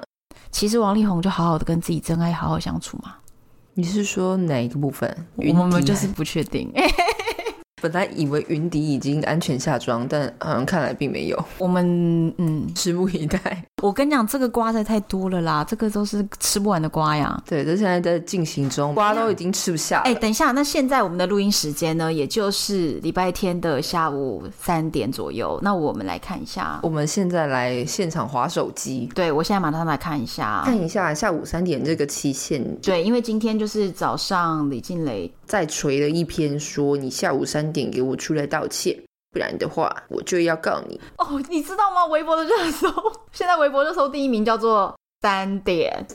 Speaker 1: 其实王力宏就好好的跟自己真爱好好相处嘛。
Speaker 2: 你是说哪一个部分？云
Speaker 1: 我们
Speaker 2: 迪
Speaker 1: 就是不确定，
Speaker 2: 本来以为云迪已经安全下庄，但好像看来并没有，
Speaker 1: <laughs> 我们嗯，
Speaker 2: <laughs> 拭目以待。
Speaker 1: 我跟你讲，这个瓜菜太多了啦，这个都是吃不完的瓜呀。
Speaker 2: 对，这现在在进行中，瓜都已经吃不下了。
Speaker 1: 哎、等一下，那现在我们的录音时间呢，也就是礼拜天的下午三点左右。那我们来看一下，
Speaker 2: 我们现在来现场划手机，
Speaker 1: 对我现在马上来看一下。
Speaker 2: 看一下下午三点这个期限，
Speaker 1: 对，因为今天就是早上李静蕾
Speaker 2: 再锤了一篇说你下午三点给我出来道歉，不然的话我就要告你。
Speaker 1: 哦，你知道吗？微博的热搜，现在微博热搜第一名叫做三点，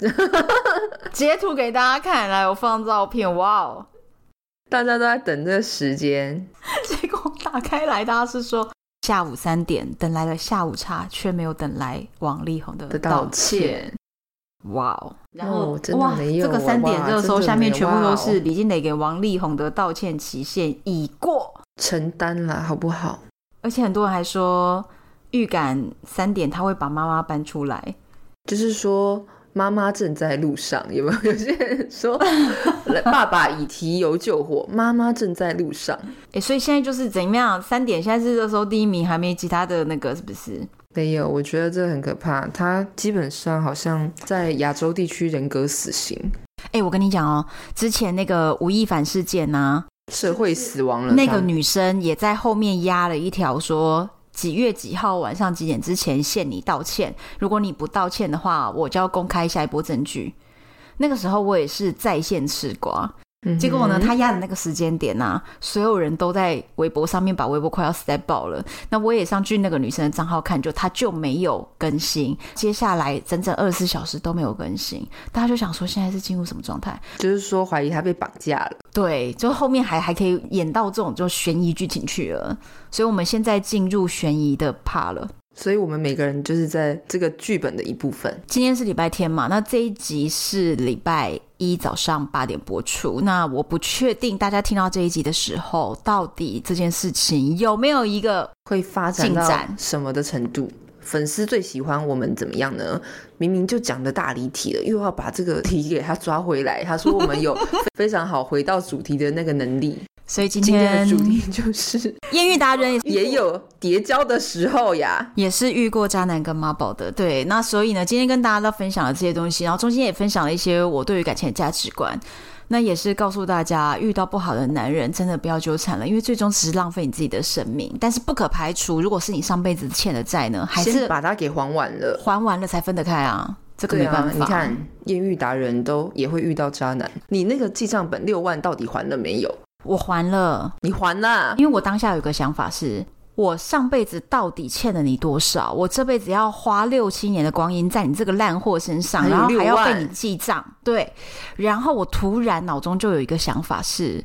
Speaker 1: <laughs> 截图给大家看，来我放照片，哇哦！ <laughs>
Speaker 2: 大家都在等这个时间，
Speaker 1: 结果打开来，大家是说下午三点等来了下午茶，却没有等来王力宏的
Speaker 2: 的道
Speaker 1: 道
Speaker 2: 歉。
Speaker 1: 哇哦！然后、
Speaker 2: 哦真的
Speaker 1: 哇，
Speaker 2: 没有
Speaker 1: 这个三点
Speaker 2: 哇
Speaker 1: 热
Speaker 2: 真
Speaker 1: 搜
Speaker 2: 的
Speaker 1: 下面
Speaker 2: 没
Speaker 1: 全部
Speaker 2: 哇哦
Speaker 1: 都是李金磊给王力宏的道歉期限已过，
Speaker 2: 承担啦，好不好？
Speaker 1: 而且很多人还说预感三点他会把妈妈搬出来。
Speaker 2: 就是说妈妈正在路上，有没有？有些人说爸爸已提油救火，妈妈正在路上，
Speaker 1: 哎，所以现在就是怎么样？三点现在是热搜第一名，还没其他的那个是不是？
Speaker 2: 没有，我觉得这很可怕。他基本上好像在亚洲地区人格死刑，
Speaker 1: 哎，我跟你讲哦，之前那个吴亦凡事件呐、
Speaker 2: 社会死亡了。
Speaker 1: 那个
Speaker 2: 他
Speaker 1: 女生也在后面压了一条说。几月几号晚上几点之前限你道歉，如果你不道歉的话，我就要公开下一波证据。那个时候我也是在线吃瓜，
Speaker 2: 嗯哼
Speaker 1: 结果呢，他压的那个时间点呐、所有人都在微博上面把微博快要死在爆了。那我也上去那个女生的账号看，就她就没有更新，接下来整整二十四小时都没有更新，大家就想说现在是进入什么状态？
Speaker 2: 就是说怀疑他被绑架了。
Speaker 1: 对，就后面还还可以演到这种就悬疑剧情去了，所以我们现在进入悬疑的 part 了。
Speaker 2: 所以我们每个人就是在这个剧本的一部分。
Speaker 1: 今天是礼拜天嘛，那这一集是礼拜一早上八点播出。那我不确定大家听到这一集的时候，到底这件事情有没有一个
Speaker 2: 会发展
Speaker 1: 进
Speaker 2: 到
Speaker 1: 展
Speaker 2: 什么的程度？粉丝最喜欢我们怎么样呢？明明就讲的大离题了，又要把这个题给他抓回来。他说我们 <laughs> 有非常好回到主题的那个能力。
Speaker 1: 所以今
Speaker 2: 今天
Speaker 1: 天
Speaker 2: 的主题就是
Speaker 1: 艳遇达人
Speaker 2: <laughs> 也有叠交的时候呀。
Speaker 1: 也是遇过渣男跟妈宝的，对。那所以呢，今天跟大家都分享了这些东西，然后中间也分享了一些我对于感情的价值观。那也是告诉大家，遇到不好的男人，真的不要纠缠了，因为最终只是浪费你自己的生命。但是不可排除，如果是你上辈子欠的债呢，还
Speaker 2: 先
Speaker 1: 是
Speaker 2: 把它给还完了。
Speaker 1: 还完了才分得开啊，这个
Speaker 2: 对
Speaker 1: 没办
Speaker 2: 啊
Speaker 1: 法。，
Speaker 2: 你看艳遇达人都也会遇到渣男。你那个记账本六万到底还了没有？
Speaker 1: 我还了，
Speaker 2: 你还啦、
Speaker 1: 因为我当下有个想法是。我上辈子到底欠了你多少？我这辈子要花六七年的光阴在你这个烂货身上，
Speaker 2: 还有
Speaker 1: 然后
Speaker 2: 6
Speaker 1: 还要
Speaker 2: 万
Speaker 1: 被你记账。对，然后我突然脑中就有一个想法是：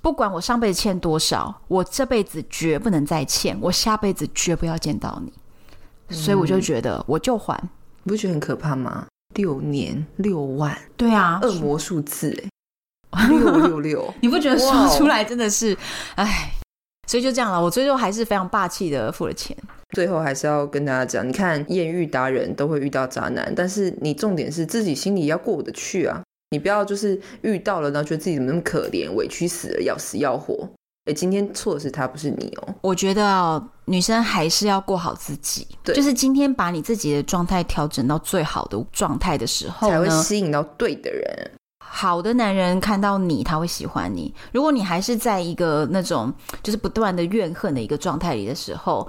Speaker 1: 不管我上辈子欠多少，我这辈子绝不能再欠，我下辈子绝不要见到你。所以我
Speaker 2: 嗯
Speaker 1: 就觉得，我就还。
Speaker 2: 你不觉得很可怕吗？六年六万，
Speaker 1: 对啊
Speaker 2: 恶魔数字
Speaker 1: <laughs>
Speaker 2: 哎、六六六。
Speaker 1: 你不觉得
Speaker 2: 哇
Speaker 1: 说
Speaker 2: 哦
Speaker 1: 出来真的是，哎，所以就这样了。我最后还是非常霸气的付了钱。
Speaker 2: 最后还是要跟大家讲，你看艳遇达人都会遇到渣男，但是你重点是自己心里要过得去啊，你不要就是遇到了，然后觉得自己怎么那么可怜，委屈死了，要死要活。哎，今天错的是他，不是你哦。
Speaker 1: 我觉得哦，女生还是要过好自己，
Speaker 2: 对
Speaker 1: 就是今天把你自己的状态调整到最好的状态的时候
Speaker 2: 才会
Speaker 1: 呢，
Speaker 2: 吸引到对的人。
Speaker 1: 好的男人看到你，他会喜欢你。如果你还是在一个那种就是不断的怨恨的一个状态里的时候，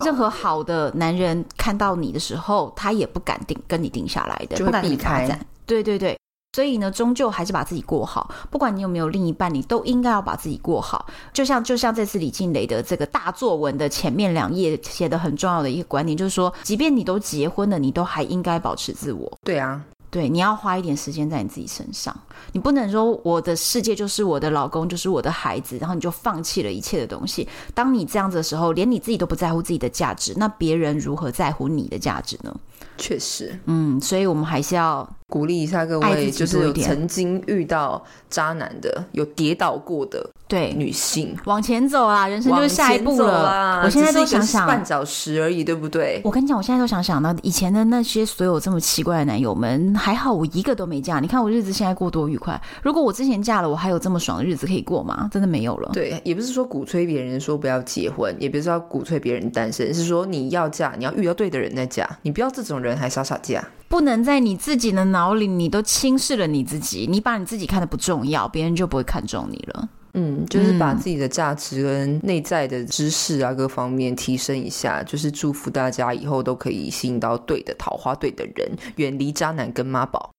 Speaker 1: 任何好的男人看到你的时候，他也不敢定跟你定下来的，
Speaker 2: 就会
Speaker 1: 不敢跟你
Speaker 2: 避开
Speaker 1: 发展。对对对，所以呢，终究还是把自己过好。不管你有没有另一半，你都应该要把自己过好。就像就像这次李静蕾的这个大作文的前面两页写的很重要的一个观点，就是说，即便你都结婚了，你都还应该保持自我。
Speaker 2: 对啊，
Speaker 1: 对，你要花一点时间在你自己身上，你不能说我的世界就是我的老公，就是我的孩子，然后你就放弃了一切的东西。当你这样子的时候，连你自己都不在乎自己的价值，那别人如何在乎你的价值呢？
Speaker 2: 确实
Speaker 1: 嗯，所以我们还是要
Speaker 2: 鼓励一下各
Speaker 1: 爱
Speaker 2: 位，
Speaker 1: 自己
Speaker 2: 就是
Speaker 1: 多一
Speaker 2: 有
Speaker 1: 点
Speaker 2: 曾经遇到渣男的、有跌倒过的
Speaker 1: 对
Speaker 2: 女性，
Speaker 1: 往前走啊，人生就是下一步
Speaker 2: 往前走
Speaker 1: 了。
Speaker 2: 啦
Speaker 1: 我现在都
Speaker 2: 只是一
Speaker 1: 想
Speaker 2: 个绊
Speaker 1: 想。
Speaker 2: 脚石而已，对不对？
Speaker 1: 我跟你讲，我现在都想想到以前的那些所有这么奇怪的男友们，还好我一个都没嫁。你看我日子现在过多愉快。如果我之前嫁了，我还有这么爽的日子可以过吗？真的没有了。
Speaker 2: 对，也不是说鼓吹别人说不要结婚，也不是要鼓吹别人单身，是说你要嫁，你要遇到对的人再嫁，你不要这种人还傻傻嫁。
Speaker 1: 不能在你自己的脑里，你都轻视了你自己，你把你自己看得不重要，别人就不会看重你了。
Speaker 2: 嗯，就是把自己的价值跟内在的知识啊各方面提升一下，就是祝福大家以后都可以吸引到对的桃花、对的人，远离渣男跟妈宝。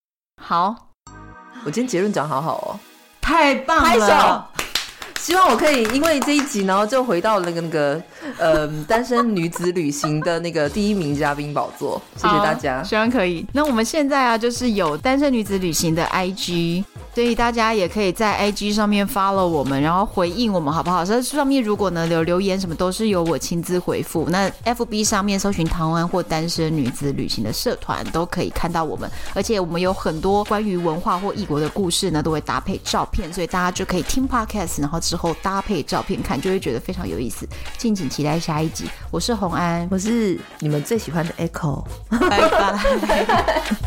Speaker 1: 好，
Speaker 2: 我今天结论讲好好哦，
Speaker 1: 太棒
Speaker 2: 拍手
Speaker 1: 了！！
Speaker 2: 希望我可以因为这一集，然后就回到那个那个，呃， <laughs> 单身女子旅行的那个第一名嘉宾宝座。谢谢大
Speaker 1: 好
Speaker 2: 家，
Speaker 1: 希望可以。那我们现在啊，就是有单身女子旅行的 IG，所以大家也可以在 IG 上面 follow 我们，然后回应我们好不好？这上面如果呢有留言什么，都是由我亲自回复。那 FB 上面搜寻“台湾”或“单身女子旅行”的社团都可以看到我们，而且我们有很多关于文化或异国的故事呢，都会搭配照片，所以大家就可以听 podcast，然后之后搭配照片看，就会觉得非常有意思。敬请期待下一集。我是红安，
Speaker 2: 我是你们最喜欢的 Echo。
Speaker 1: 拜拜。